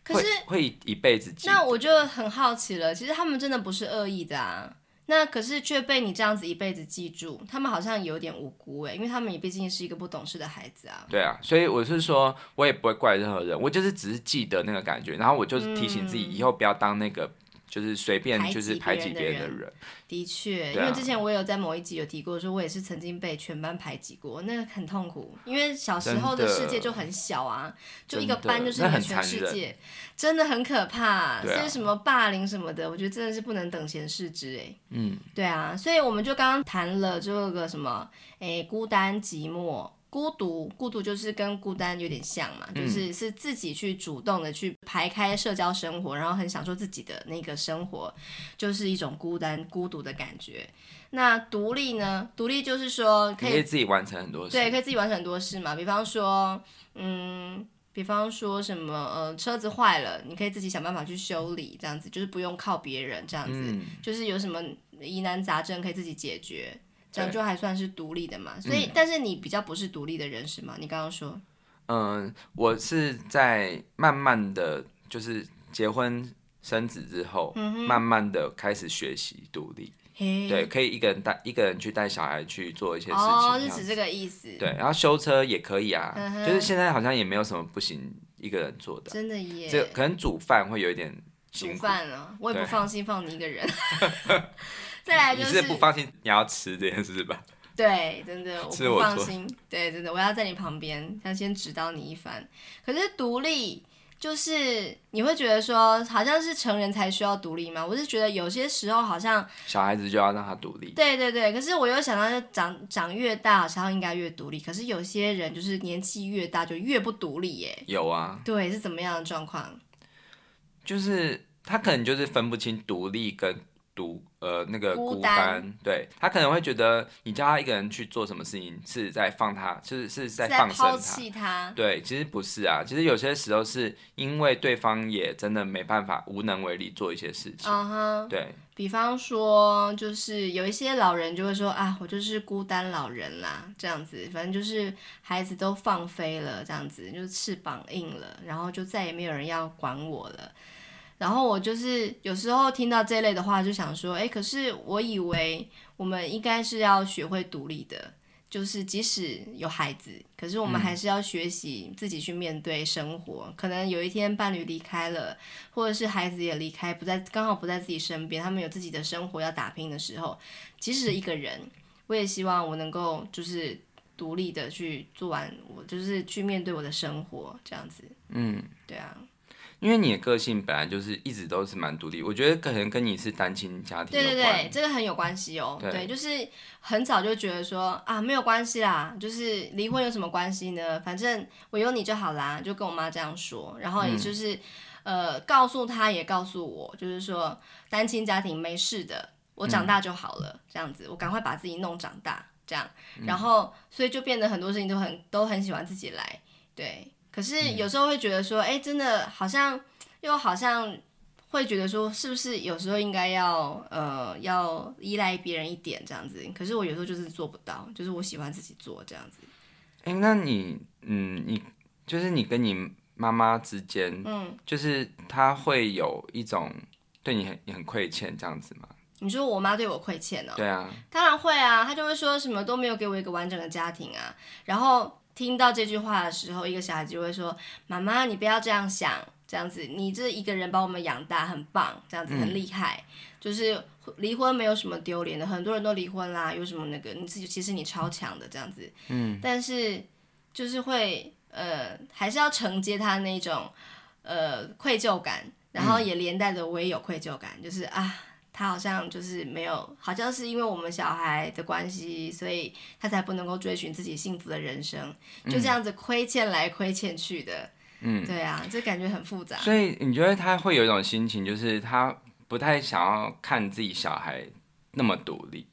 Speaker 2: 可是
Speaker 1: 会会一一辈子记得。
Speaker 2: 那我就很好奇了，其实他们真的不是恶意的啊。那可是却被你这样子一辈子记住，他们好像有点无辜哎，因为他们也毕竟是一个不懂事的孩子啊。
Speaker 1: 对啊，所以我是说，我也不会怪任何人，我就是只是记得那个感觉，然后我就是提醒自己以后不要当那个就是随便
Speaker 2: 嗯排
Speaker 1: 就是
Speaker 2: 挤
Speaker 1: 排
Speaker 2: 别
Speaker 1: 挤
Speaker 2: 人的
Speaker 1: 别人的
Speaker 2: 人
Speaker 1: 人。
Speaker 2: 的确，因
Speaker 1: 对啊
Speaker 2: 为之前我有在某一集有提过，说我也是曾经被全班排挤过，那很痛苦，因为小时候的
Speaker 1: 真的
Speaker 2: 世界就很小啊，就一个
Speaker 1: 真的
Speaker 2: 班就是
Speaker 1: 那
Speaker 2: 你的
Speaker 1: 很
Speaker 2: 全
Speaker 1: 残
Speaker 2: 世
Speaker 1: 忍
Speaker 2: 界，真的很可怕。
Speaker 1: 对啊
Speaker 2: 所以什么霸凌什么的，我觉得真的是不能等闲视之哎。
Speaker 1: 嗯，
Speaker 2: 对啊，所以我们就刚刚谈了这个什么，诶，孤单、寂寞、孤独，孤独就是跟孤单有点像嘛，就
Speaker 1: 嗯
Speaker 2: 是是自己去主动的去排开社交生活，然后很享受自己的那个生活，就是一种孤单、孤独的感觉。那独立呢？独立就是说可
Speaker 1: 你
Speaker 2: 以
Speaker 1: 可以自己完成很多事。
Speaker 2: 对，可以自己完成很多事嘛，比方说，嗯，比方说什么，呃，车子坏了，你可以自己想办法去修理，这样子就是不用靠别人，这样子、
Speaker 1: 嗯
Speaker 2: 就是有什么疑难杂症可以自己解决，这样
Speaker 1: 对
Speaker 2: 就还算是独立的嘛。所以，但是你比较不是独立的人是吗？你刚刚说，
Speaker 1: 嗯，我是在慢慢的就是结婚生子之后，
Speaker 2: 嗯
Speaker 1: 慢慢的开始学习独立，
Speaker 2: 嘿，
Speaker 1: 对，，可以一个人带一个人去带小孩去做一些事情。
Speaker 2: 嗯哦，
Speaker 1: 这
Speaker 2: 是
Speaker 1: 样
Speaker 2: 指
Speaker 1: 子
Speaker 2: 这个意思，
Speaker 1: 对，然后修车也可以啊，
Speaker 2: 嗯哼
Speaker 1: 就是现在好像也没有什么不行一个人做的，
Speaker 2: 真的耶，
Speaker 1: 这可能煮饭会有一点
Speaker 2: 煮
Speaker 1: 辛苦。
Speaker 2: 饭了，我也不
Speaker 1: 对
Speaker 2: 放心放你一 个人。再来就
Speaker 1: 你是不放心你要吃这件事吧？
Speaker 2: 对，真的，我
Speaker 1: 是
Speaker 2: 不
Speaker 1: 我
Speaker 2: 放
Speaker 1: 错
Speaker 2: 心。对，真的，我要在你旁边，要先指导你一番。可是独立，就是你会觉得说，好像是成人才需要独立吗？我是觉得有些时候好像，
Speaker 1: 小孩子就要让他独立，
Speaker 2: 对对对。可是我又想到，就长长越大，好像应该越独立。可是有些人就是年纪越大就越不独立耶。
Speaker 1: 有啊，
Speaker 2: 对，是怎么样的状况？
Speaker 1: 就是他可能就是分不清独立跟独呃那个
Speaker 2: 孤
Speaker 1: 孤
Speaker 2: 单
Speaker 1: 单，对他可能会觉得你叫他一个人去做什么事情是在放他，是是在
Speaker 2: 是
Speaker 1: 放
Speaker 2: 抛
Speaker 1: 生他。
Speaker 2: 弃他。
Speaker 1: 对，其实不是啊，其实有些时候是因为对方也真的没办法，无能为力做一些事情。
Speaker 2: 嗯哼，
Speaker 1: 对，
Speaker 2: 比方说，就是有一些老人就会说啊，我就是孤单老人啦，这样子，反正就是孩子都放飞了，这样子，就是翅膀硬了，然后就再也没有人要管我了。然后我就是有时候听到这类的话，就想说，哎，可是我以为我们应该是要学会独立的，就是即使有孩子，可是我们还是要学习自己去面对生活。可能有一天伴侣离开了，或者是孩子也离开，不在刚好不在自己身边，他们有自己的生活要打拼的时候，即使一个人，我也希望我能够就是独立的去做完我，就是去面对我的生活这样子。
Speaker 1: 嗯，
Speaker 2: 对啊，
Speaker 1: 因为你的个性本来就是一直都是蛮独立，我觉得可能跟你是单亲家庭
Speaker 2: 对对
Speaker 1: 有关。
Speaker 2: 对，这个很有关系哦。
Speaker 1: 对
Speaker 2: 对，就是很早就觉得说啊，没有关系啦，就是离婚有什么关系呢？反正我有你就好啦，就跟我妈这样说。然
Speaker 1: 嗯
Speaker 2: 后也就是、呃，告诉她也告诉我，就是说单亲家庭没事的，我长大就好了，这样子，我赶快把自己弄长大，这样。
Speaker 1: 嗯
Speaker 2: 然后所以就变得很多事情都很都很喜欢自己来，对。可是有时候会觉得说，哎、真的好像又好像会觉得说，是不是有时候应该要呃要依赖别人一点这样子？可是我有时候就是做不到，就是我喜欢自己做这样子。
Speaker 1: 哎、那你，嗯，你就是你跟你妈妈之间，嗯，就是她会有一种对你很你很亏欠这样子吗？
Speaker 2: 你说我妈对我亏欠哦、
Speaker 1: 对啊，
Speaker 2: 当然会啊，她就会说什么都没有给我一个完整的家庭啊。然后听到这句话的时候，一个小孩子就会说：“妈妈，你不要这样想，这样子，你这一个人把我们养大，很棒，这样子很厉害。就是离婚没有什么丢脸的，很多人都离婚啦，有什么那个你自己其实你超强的这样子。嗯，但是就是会呃，还是要承接他那种呃愧疚感，然后也连带着我也有愧疚感，就是啊。他好像就是没有，好像是因为我们小孩的关系，所以他才不能够追寻自己幸福的人生，就
Speaker 1: 嗯
Speaker 2: 这样子亏欠来亏欠去的。嗯，对啊，这感觉很复杂。
Speaker 1: 所以你觉得她会有一种心情，就是她不太想要看自己小孩那么独立。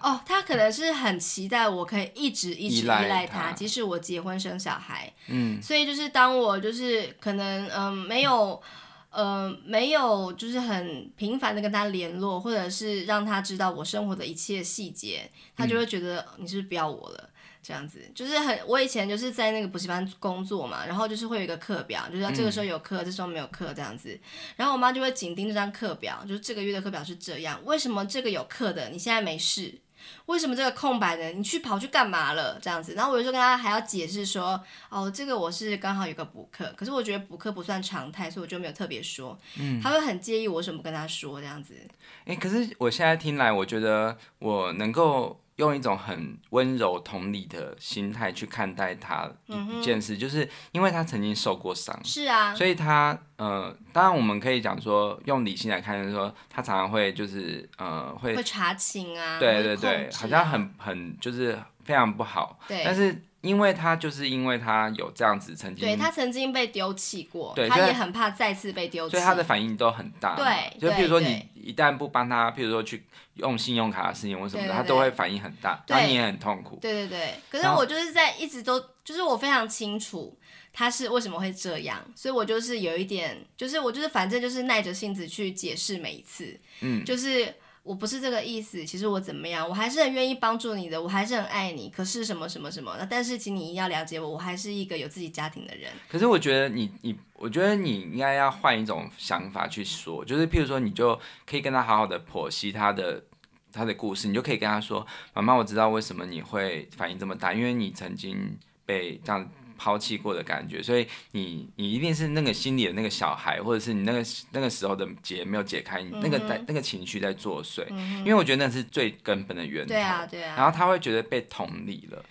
Speaker 2: 哦，他可能是很期待我可以一直一直
Speaker 1: 依
Speaker 2: 依
Speaker 1: 赖
Speaker 2: 赖
Speaker 1: 他
Speaker 2: 他，即使我结婚生小孩。嗯，所以就是当我就是可能嗯、没有。呃，没有，就是很频繁的跟他联络，或者是让他知道我生活的一切细节，他
Speaker 1: 嗯
Speaker 2: 就会觉得、你是不是不要我了，这样子。就是很，我以前就是在那个补习班工作嘛，然后就是会有一个课表，就是这个
Speaker 1: 嗯
Speaker 2: 时候有课，这时候没有课这样子。然后我妈就会紧盯这张课表，就是这个月的课表是这样，为什么这个有课的你现在没事？为什么这个空白的你去跑去干嘛了？这样子，然后我有时候跟他还要解释说，哦，这个我是刚好有个补课，可是我觉得补课不算常态，所以我就没有特别说。嗯，他会很介意我为什么不跟他说这样子。
Speaker 1: 哎、可是我现在听来，我觉得我能够用一种很温柔、同理的心态去看待她一一件事，就是因为她曾经受过伤，
Speaker 2: 是啊，
Speaker 1: 所以她呃，当然我们可以讲说，用理性来看，就是说她常常会就是呃会，
Speaker 2: 会查寝啊，
Speaker 1: 对对
Speaker 2: 会控
Speaker 1: 对，
Speaker 2: 制啊
Speaker 1: 好像很很就是非常不好，但
Speaker 2: 对。
Speaker 1: 是因为她就是因为她有这样子曾经
Speaker 2: 对他曾经被丢弃过
Speaker 1: 嗯对，
Speaker 2: 他
Speaker 1: 所以
Speaker 2: 也很怕再次被丢弃。
Speaker 1: 所以他的反应都很大嘛。
Speaker 2: 对
Speaker 1: 就譬如
Speaker 2: 对
Speaker 1: 说你
Speaker 2: 对
Speaker 1: 一旦不帮他，譬如说去用信用卡的事情或什么的，
Speaker 2: 对对
Speaker 1: 他都会反应很大，
Speaker 2: 对
Speaker 1: 然后你也很痛苦。
Speaker 2: 对对对，可是
Speaker 1: 然后
Speaker 2: 我就是在一直都，就是我非常清楚他是为什么会这样，所以我就是有一点，就是我就是反正就是耐着性子去解释每一次，
Speaker 1: 嗯，
Speaker 2: 就是我不是这个意思，其实我怎么样，我还是很愿意帮助你的，我还是很爱你，可是什么什么什么，那但是请你一定要了解我，我还是一个有自己家庭的人，
Speaker 1: 可是我觉得你你，我觉得你应该要换一种想法去说，就是譬如说，你就可以跟他好好的剖析他的。他的故事，你就可以跟他说：“妈妈，我知道为什么你会反应这么大，因为你曾经被这样抛弃过的感觉，所以你你一定是那个心里的那个小孩，或者是你那个那个时候的结没有解开，
Speaker 2: 嗯
Speaker 1: 你那个在、那个情绪在作祟，因为我觉得那是最根本的源头。
Speaker 2: 对啊对啊
Speaker 1: 然后他会觉得被同理了。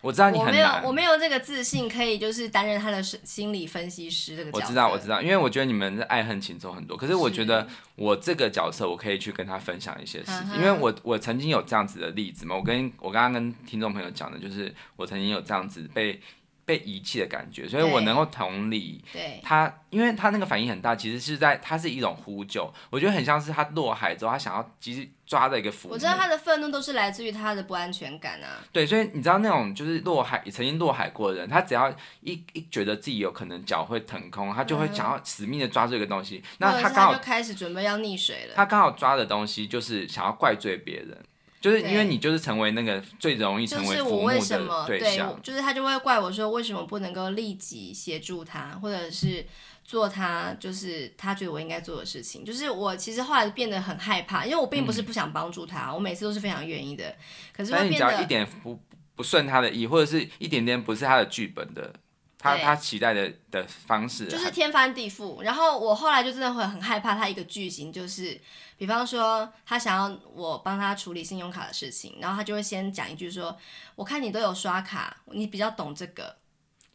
Speaker 1: 我知道你
Speaker 2: 我
Speaker 1: 很
Speaker 2: 没有
Speaker 1: 难，
Speaker 2: 我没有这个自信可以就是担任他的心理分析师这个角
Speaker 1: 我
Speaker 2: 色，
Speaker 1: 知道，我知道，因为我觉得你们的爱恨情仇很多，可是我
Speaker 2: 是
Speaker 1: 觉得我这个角色，我可以去跟他分享一些事
Speaker 2: 嗯
Speaker 1: 情，
Speaker 2: 哼
Speaker 1: 因为我我曾经有这样子的例子嘛，我跟我刚刚跟听众朋友讲的，就是我曾经有这样子被被遗弃的感觉，所以我
Speaker 2: 对
Speaker 1: 能够同理
Speaker 2: 对
Speaker 1: 他，因为他那个反应很大，其实是在他是一种呼救，我觉得很像是他落海之后，他想要其实抓的一个浮木，
Speaker 2: 我知道他的愤怒都是来自于他的不安全感啊。
Speaker 1: 对，所以你知道那种就是落海曾经落海过的人，他只要一一觉得自己有可能脚会腾空，他就会想要死命的抓住一个东西。
Speaker 2: 嗯
Speaker 1: 那
Speaker 2: 或者
Speaker 1: 他
Speaker 2: 是
Speaker 1: 刚
Speaker 2: 就
Speaker 1: 好
Speaker 2: 开始准备要溺水了。
Speaker 1: 他刚好抓的东西就是想要怪罪别人，就是因为
Speaker 2: 对
Speaker 1: 你就是成为那个最容易
Speaker 2: 就
Speaker 1: 成为
Speaker 2: 是
Speaker 1: 浮
Speaker 2: 我
Speaker 1: 木
Speaker 2: 为什
Speaker 1: 的
Speaker 2: 么
Speaker 1: 对
Speaker 2: 对
Speaker 1: 象。
Speaker 2: 我就是他就会怪我说为什么不能够立即协助他，或者是做他就是他觉得我应该做的事情。就是我其实后来变得很害怕，因为我并不是不想帮助他，我每次都是非常愿意的，可是
Speaker 1: 嗯但是
Speaker 2: 会
Speaker 1: 你
Speaker 2: 变
Speaker 1: 只要
Speaker 2: 得
Speaker 1: 一点不不顺他的意，或者是一点点不是他的剧本的，他
Speaker 2: 对
Speaker 1: 他期待的的方式，
Speaker 2: 就是天翻地覆。然后我后来就真的会很害怕他一个剧情，就是比方说他想要我帮他处理信用卡的事情，然后他就会先讲一句说：“我看你都有刷卡，你比较懂这个。”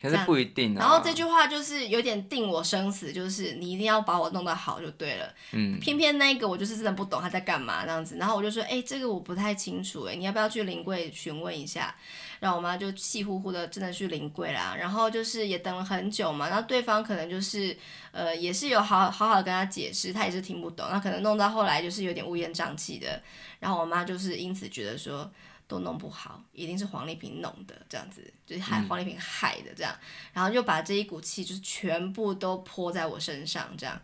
Speaker 1: 可是不一定啊。
Speaker 2: 然后这句话就是有点定我生死，就是你一定要把我弄得好就对了。
Speaker 1: 嗯，
Speaker 2: 偏偏那一个我就是真的不懂他在干嘛这样子，然后我就说，哎、这个我不太清楚，哎，你要不要去临柜询问一下？然后我妈就气呼呼的真的去临柜啦，然后就是也等了很久嘛，然后对方可能就是呃也是有好好好的跟他解释，他也是听不懂，那可能弄到后来就是有点乌烟瘴气的，然后我妈就是因此觉得说。都弄不好，一定是黄丽萍弄的，这样子就是害
Speaker 1: 嗯
Speaker 2: 黄丽萍害的这样，然后就把这一股气就是全部都泼在我身上这样，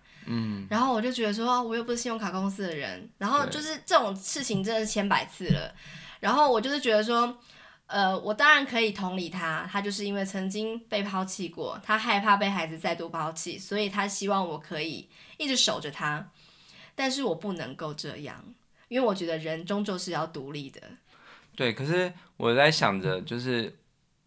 Speaker 2: 然后我就觉得说，哦我又不是信用卡公司的人，然后
Speaker 1: 嗯对
Speaker 2: 就是这种事情真的是千百次了，然后我就是觉得说，呃，我当然可以同理他，他就是因为曾经被抛弃过，他害怕被孩子再度抛弃，所以他希望我可以一直守着他，但是我不能够这样，因为我觉得人终究是要独立的，
Speaker 1: 对，可是我在想着，就是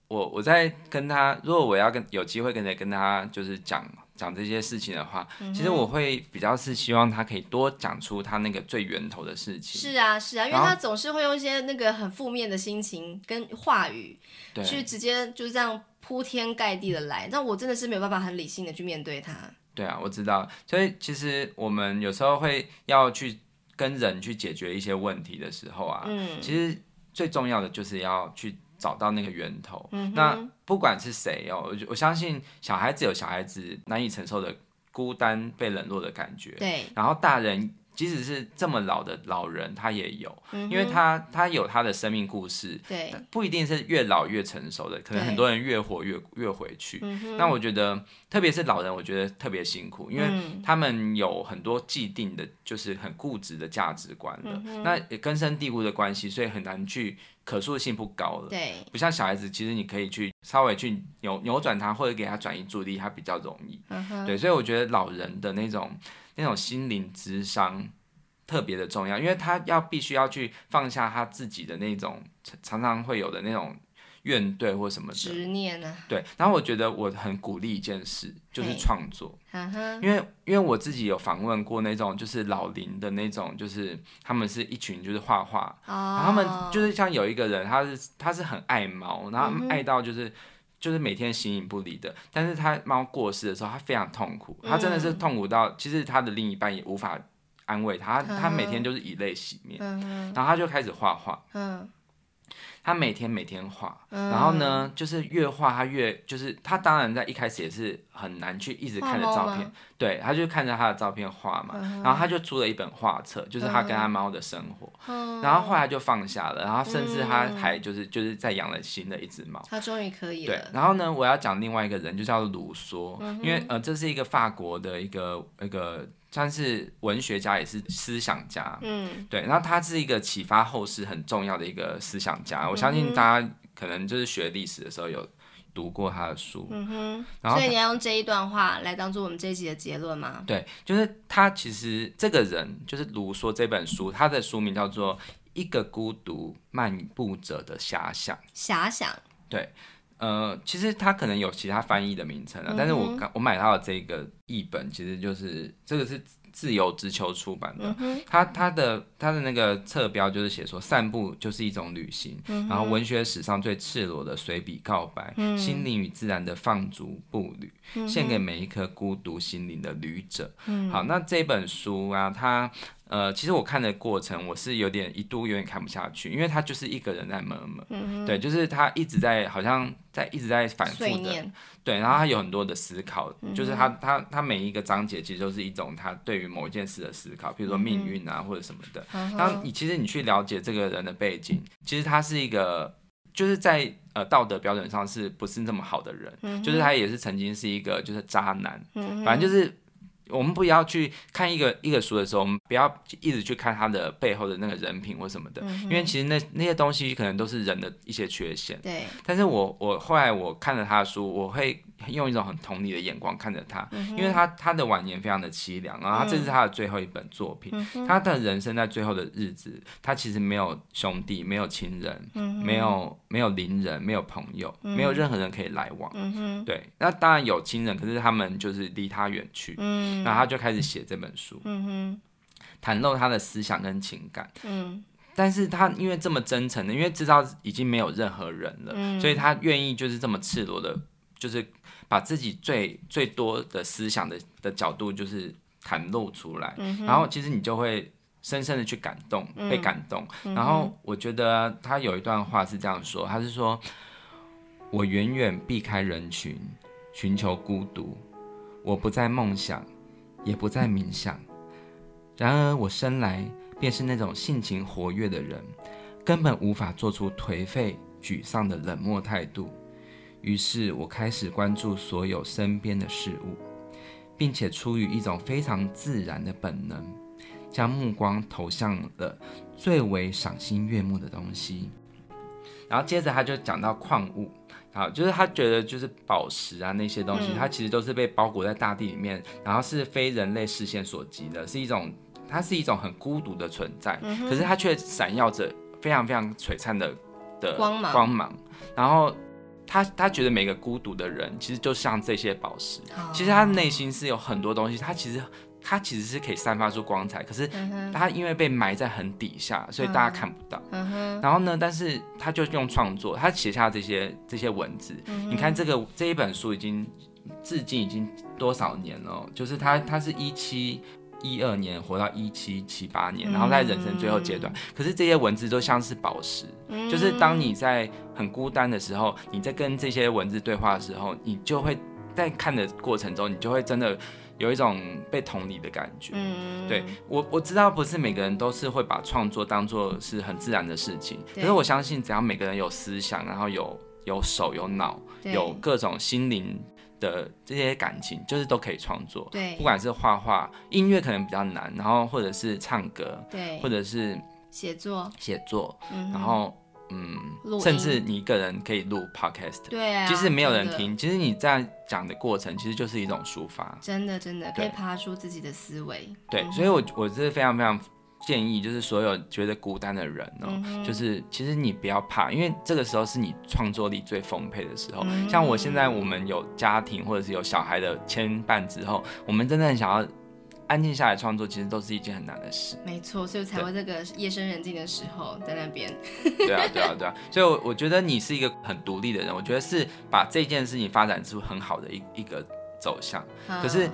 Speaker 1: 我我在跟他，如果我要跟有机会跟着跟他就是讲讲这些事情的话，
Speaker 2: 嗯
Speaker 1: 其实我会比较是希望他可以多讲出他那个最源头的事情。
Speaker 2: 是啊是啊，因为
Speaker 1: 然后
Speaker 2: 他总是会用一些那个很负面的心情跟话语，
Speaker 1: 对，
Speaker 2: 去直接就是这样铺天盖地的来，那我真的是没有办法很理性的去面对它。
Speaker 1: 对啊，我知道。所以其实我们有时候会要去跟人去解决一些问题的时候啊，
Speaker 2: 嗯
Speaker 1: 其实最重要的就是要去找到那个源头。
Speaker 2: 嗯
Speaker 1: 那
Speaker 2: 哼，
Speaker 1: 不管是谁哦，我我相信小孩子有小孩子难以承受的孤单、被冷落的感觉。
Speaker 2: 对，
Speaker 1: 然后大人即使是这么老的老人，他也有，
Speaker 2: 因
Speaker 1: 因为他他有他的生命故事，
Speaker 2: 嗯对，
Speaker 1: 不一定是越老越成熟的，可能
Speaker 2: 对
Speaker 1: 很多人越活越越回去。
Speaker 2: 嗯哼，
Speaker 1: 那我觉得，特别是老人，我觉得特别辛苦，因为
Speaker 2: 嗯
Speaker 1: 他们有很多既定的，就是很固执的价值观了，
Speaker 2: 嗯
Speaker 1: 那也根深蒂固的关系，所以很难去可塑性不高了。
Speaker 2: 对，
Speaker 1: 不像小孩子，其实你可以去稍微去扭扭转他，或者给他转移注意力，他比较容易。
Speaker 2: 嗯哼，
Speaker 1: 对，所以我觉得老人的那种那种心灵智商特别的重要，因为他要必须要去放下他自己的那种常常常会有的那种怨怼或什么的。
Speaker 2: 执念啊呢，
Speaker 1: 对，然后我觉得我很鼓励一件事，就是
Speaker 2: 嘿
Speaker 1: 创作，
Speaker 2: 嗯哼，
Speaker 1: 因为因为我自己有访问过那种就是老龄的那种，就是他们是一群就是画画，然
Speaker 2: 哦，
Speaker 1: 后他们就是像有一个人，他是他是很爱猫，然后他
Speaker 2: 嗯哼
Speaker 1: 们爱到就是、就是每天形影不离的。但是他猫过世的时候，他非常痛苦，他真的是
Speaker 2: 嗯
Speaker 1: 痛苦到，其实他的另一半也无法安慰他，他他每
Speaker 2: 嗯哼
Speaker 1: 天就是以泪洗面，
Speaker 2: 嗯哼，
Speaker 1: 然后他就开始画画，
Speaker 2: 嗯
Speaker 1: 他每天每天画，
Speaker 2: 嗯，
Speaker 1: 然后呢，就是越画他越就是他当然在一开始也是很难去一直看着
Speaker 2: 画猫
Speaker 1: 照片
Speaker 2: 吗，
Speaker 1: 对，他就看着他的照片画嘛，
Speaker 2: 嗯哼
Speaker 1: 然后他就出了一本画册，就是他跟他猫的生活，
Speaker 2: 嗯，
Speaker 1: 然后后来就放下了，然后甚至他
Speaker 2: 嗯
Speaker 1: 还就是就是再养了新的一只猫。
Speaker 2: 他终于可以
Speaker 1: 对，
Speaker 2: 了，
Speaker 1: 然后呢，我要讲另外一个人，就叫鲁梭，
Speaker 2: 嗯哼
Speaker 1: 因为呃，这是一个法国的一个一个算是文学家，也是思想家。
Speaker 2: 嗯，
Speaker 1: 对，然后他是一个启发后世很重要的一个思想家，我相
Speaker 2: 嗯
Speaker 1: 信
Speaker 2: 哼
Speaker 1: 大家可能就是学历史的时候有读过他的书，
Speaker 2: 嗯哼，
Speaker 1: 然后
Speaker 2: 所以你要用这一段话来当做我们这一集的结论吗？
Speaker 1: 对，就是他其实这个人就是卢梭这本书，他的书名叫做《一个孤独漫步者的遐想》。
Speaker 2: 遐想，
Speaker 1: 呃，其实他可能有其他翻译的名称啊，但是我
Speaker 2: 嗯哼
Speaker 1: 刚我买到的这个译本，其实就是这个是自由之丘出版的，
Speaker 2: 嗯哼，
Speaker 1: 他他的他的那个侧标就是写说，散步就是一种旅行，
Speaker 2: 嗯
Speaker 1: 然后文学史上最赤裸的随笔告白，
Speaker 2: 嗯
Speaker 1: 心灵与自然的放逐步履，献给每一颗孤独心灵的旅者。
Speaker 2: 嗯
Speaker 1: 好，那这本书啊，它呃，其实我看的过程，我是有点一度有点看不下去，因为他就是一个人在闷闷，
Speaker 2: 嗯
Speaker 1: 对，就是他一直在好像在一直在反
Speaker 2: 哼，
Speaker 1: 复
Speaker 2: 碎
Speaker 1: 的
Speaker 2: 念，
Speaker 1: 对，然后他有很多的思考，
Speaker 2: 嗯
Speaker 1: 就是他他他每一个章节其实都是一种他对于某一件事的思考，比如说命运啊、或者什么的。
Speaker 2: 嗯
Speaker 1: 当
Speaker 2: 哼，
Speaker 1: 你其实你去了解这个人的背景，其实他是一个就是在呃道德标准上是不是那么好的人，
Speaker 2: 嗯哼
Speaker 1: 就是他也是曾经是一个就是渣男，
Speaker 2: 嗯
Speaker 1: 反正
Speaker 2: 哼，
Speaker 1: 就是。我们不要去看一个一个书的时候，我们不要一直去看他的背后的那个人品或什么的，
Speaker 2: 嗯
Speaker 1: 因为其实那那些东西可能都是人的一些缺陷。
Speaker 2: 对，
Speaker 1: 但是我我后来我看了他的书，我会用一种很同理的眼光看着他，
Speaker 2: 嗯
Speaker 1: 因为他他的晚年非常的凄凉，然后他这是他的最后一本作品，
Speaker 2: 嗯
Speaker 1: 他的人生在最后的日子，他其实没有兄弟，没有亲人，
Speaker 2: 嗯
Speaker 1: 没有没有邻人，没有朋友，没有任何人可以来往。
Speaker 2: 嗯哼，
Speaker 1: 对，那当然有亲人，可是他们就是离他远去，
Speaker 2: 嗯
Speaker 1: 然后他就开始写这本书，
Speaker 2: 嗯哼，
Speaker 1: 袒露他的思想跟情感。
Speaker 2: 嗯
Speaker 1: 但是他因为这么真诚的，因为知道已经没有任何人了，
Speaker 2: 嗯
Speaker 1: 所以他愿意就是这么赤裸的就是把自己最最多的思想的的角度，就是袒露出来，然后其实你就会深深的去感动，被感动。然后我觉得他有一段话是这样说，他是说：“我远远避开人群，寻求孤独，我不再梦想，也不再冥想。然而我生来便是那种性情活跃的人，根本无法做出颓废、沮丧的冷漠态度。于是我开始关注所有身边的事物，并且出于一种非常自然的本能，将目光投向了最为赏心悦目的东西。然后接着他就讲到矿物，好，就是他觉得就是宝石啊那些东西，
Speaker 2: 嗯
Speaker 1: 它其实都是被包裹在大地里面，然后是非人类视线所及的，是一种它是一种很孤独的存在，
Speaker 2: 嗯
Speaker 1: 可是它却闪耀着非常非常璀璨的的
Speaker 2: 光芒
Speaker 1: 光芒。然后他他觉得每个孤独的人其实就像这些宝石，
Speaker 2: 嗯
Speaker 1: 其实他内心是有很多东西，他其实他其实是可以散发出光彩，可是
Speaker 2: 嗯
Speaker 1: 他因为被埋在很底下，所以大家看不到。
Speaker 2: 嗯
Speaker 1: 然后呢，但是他就用创作，他写下这些这些文字。你看这个这一本书已经至今已经多少年了哦？就是他他是一七。一二年活到一七七八年，然后在人生最后阶段，可是这些文字都像是宝石，就是当
Speaker 2: 嗯
Speaker 1: 你在很孤单的时候，你在跟这些文字对话的时候，你就会在看的过程中，你就会真的有一种被同理的感觉。
Speaker 2: 嗯，
Speaker 1: 对我我知道不是每个人都是会把创作当做是很自然的事情，可
Speaker 2: 对
Speaker 1: 是我相信只要每个人有思想，然后有有手有脑，
Speaker 2: 对
Speaker 1: 有各种心灵的这些感情，就是都可以创作。
Speaker 2: 对
Speaker 1: 不管是画画、音乐可能比较难，然后或者是唱歌，
Speaker 2: 对
Speaker 1: 或，者是
Speaker 2: 写作，
Speaker 1: 写作，
Speaker 2: 嗯哼
Speaker 1: 然后嗯
Speaker 2: 录，音
Speaker 1: 甚至你一个人可以录 podcast，
Speaker 2: 对啊，
Speaker 1: 即使没有人
Speaker 2: 真的，
Speaker 1: 听，其实你这样讲的过程，其实就是一种抒发。
Speaker 2: 真的真的可以
Speaker 1: 对
Speaker 2: 爬出自己的思维，
Speaker 1: 对，所以我我是非常非常建议，就是所有觉得孤单的人哦、
Speaker 2: 嗯
Speaker 1: 就是其实你不要怕，因为这个时候是你创作力最丰沛的时候。
Speaker 2: 嗯
Speaker 1: 像我现在我们有家庭或者是有小孩的牵绊之后，我们真的很想要安静下来创作，其实都是一件很难的事。
Speaker 2: 没错，所以才会这个夜深人静的时候在那边，
Speaker 1: 对 啊，对啊，对啊。所以我，我觉得你是一个很独立的人，我觉得是把这件事情发展出很好的一一个走向。可是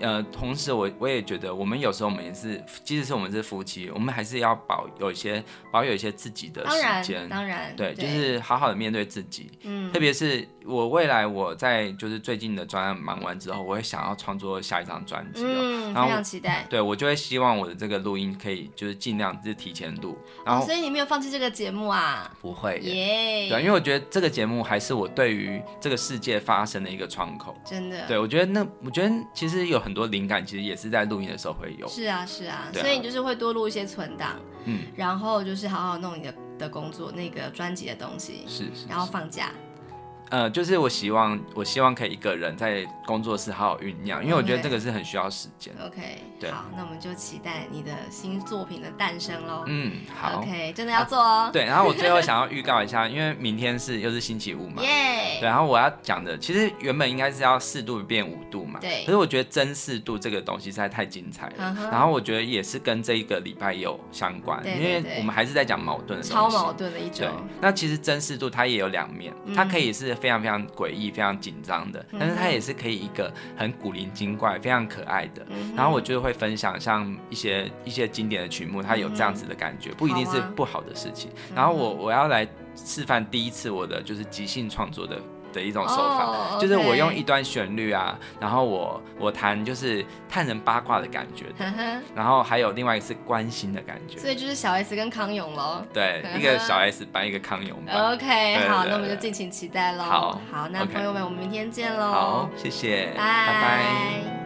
Speaker 2: 嗯，
Speaker 1: 呃，同时我我也觉得，我们有时候我们也是，即使是我们是夫妻，我们还是要保有一些保有一些自己的
Speaker 2: 当
Speaker 1: 时
Speaker 2: 然
Speaker 1: 间。
Speaker 2: 当然，
Speaker 1: 对，就是好好的面对自己，
Speaker 2: 嗯
Speaker 1: 特别是我未来我在就是最近的专案忙完之后，我会想要创作下一张专辑哦。
Speaker 2: 嗯，
Speaker 1: 然后
Speaker 2: 非常期待。
Speaker 1: 对，我就会希望我的这个录音可以就是尽量就是提前录，然
Speaker 2: 哦，
Speaker 1: 后
Speaker 2: 所以你没有放弃这个节目啊？
Speaker 1: 不会耶
Speaker 2: 耶！
Speaker 1: 对，因为我觉得这个节目还是我对于这个世界发生的一个窗口。
Speaker 2: 真的，
Speaker 1: 对，我觉得那，我觉得其实有很多灵感，其实也是在录音的时候会有。
Speaker 2: 是啊是啊，
Speaker 1: 对啊
Speaker 2: 所以你就是会多录一些存档，
Speaker 1: 嗯，
Speaker 2: 然后就是好好弄你的的工作那个专辑的东西，
Speaker 1: 是是。
Speaker 2: 然后放假。
Speaker 1: 呃，就是我希望，我希望可以一个人在工作室好好酝酿，因为我觉得
Speaker 2: OK
Speaker 1: 这个是很需要时间。
Speaker 2: OK，
Speaker 1: 对
Speaker 2: 好，那我们就期待你的新作品的诞生喽。
Speaker 1: 嗯，好。啊
Speaker 2: OK，真的要做哦。
Speaker 1: 对，然后我最后想要预告一下，因为明天是又是星期五嘛。
Speaker 2: 耶、
Speaker 1: 对，然啊后我要讲的，其实原本应该是要四度变五度嘛，
Speaker 2: 对
Speaker 1: 可是我觉得真四度这个东西实在太精彩了，
Speaker 2: 嗯哼
Speaker 1: 然后我觉得也是跟这一个礼拜有相关，
Speaker 2: 对对
Speaker 1: 因为
Speaker 2: 对
Speaker 1: 我们还是在讲矛盾的东西。
Speaker 2: 超矛盾的一周
Speaker 1: 对。，那其实真实度它也有两面，
Speaker 2: 嗯
Speaker 1: 它可以是非常非常诡异、非常紧张的，但是它也是可以一个很古灵精怪、非常可爱的。
Speaker 2: 嗯
Speaker 1: 然后我就会分享像一些一些经典的曲目，它有这样子的感觉，不一定是
Speaker 2: 好啊
Speaker 1: 不好的事情。然后我我要来示范第一次我的就是即兴创作的。的一种手法
Speaker 2: 哦
Speaker 1: 就是我
Speaker 2: OK
Speaker 1: 用一段旋律啊，然后我我弹就是探人八卦的感觉，
Speaker 2: 呵呵，
Speaker 1: 然后还有另外一个是关心的感觉，
Speaker 2: 所以就是小 S 跟康永喽。
Speaker 1: 对，一个小 S 班，一个康永班，
Speaker 2: OK，
Speaker 1: 嗯对
Speaker 2: 好，
Speaker 1: 对
Speaker 2: 那我们就
Speaker 1: 对
Speaker 2: 敬请期待喽。
Speaker 1: 好
Speaker 2: 好，那
Speaker 1: OK
Speaker 2: 朋友们，我们明天见喽。
Speaker 1: 好，谢谢，
Speaker 2: 拜
Speaker 1: 拜拜。
Speaker 2: 拜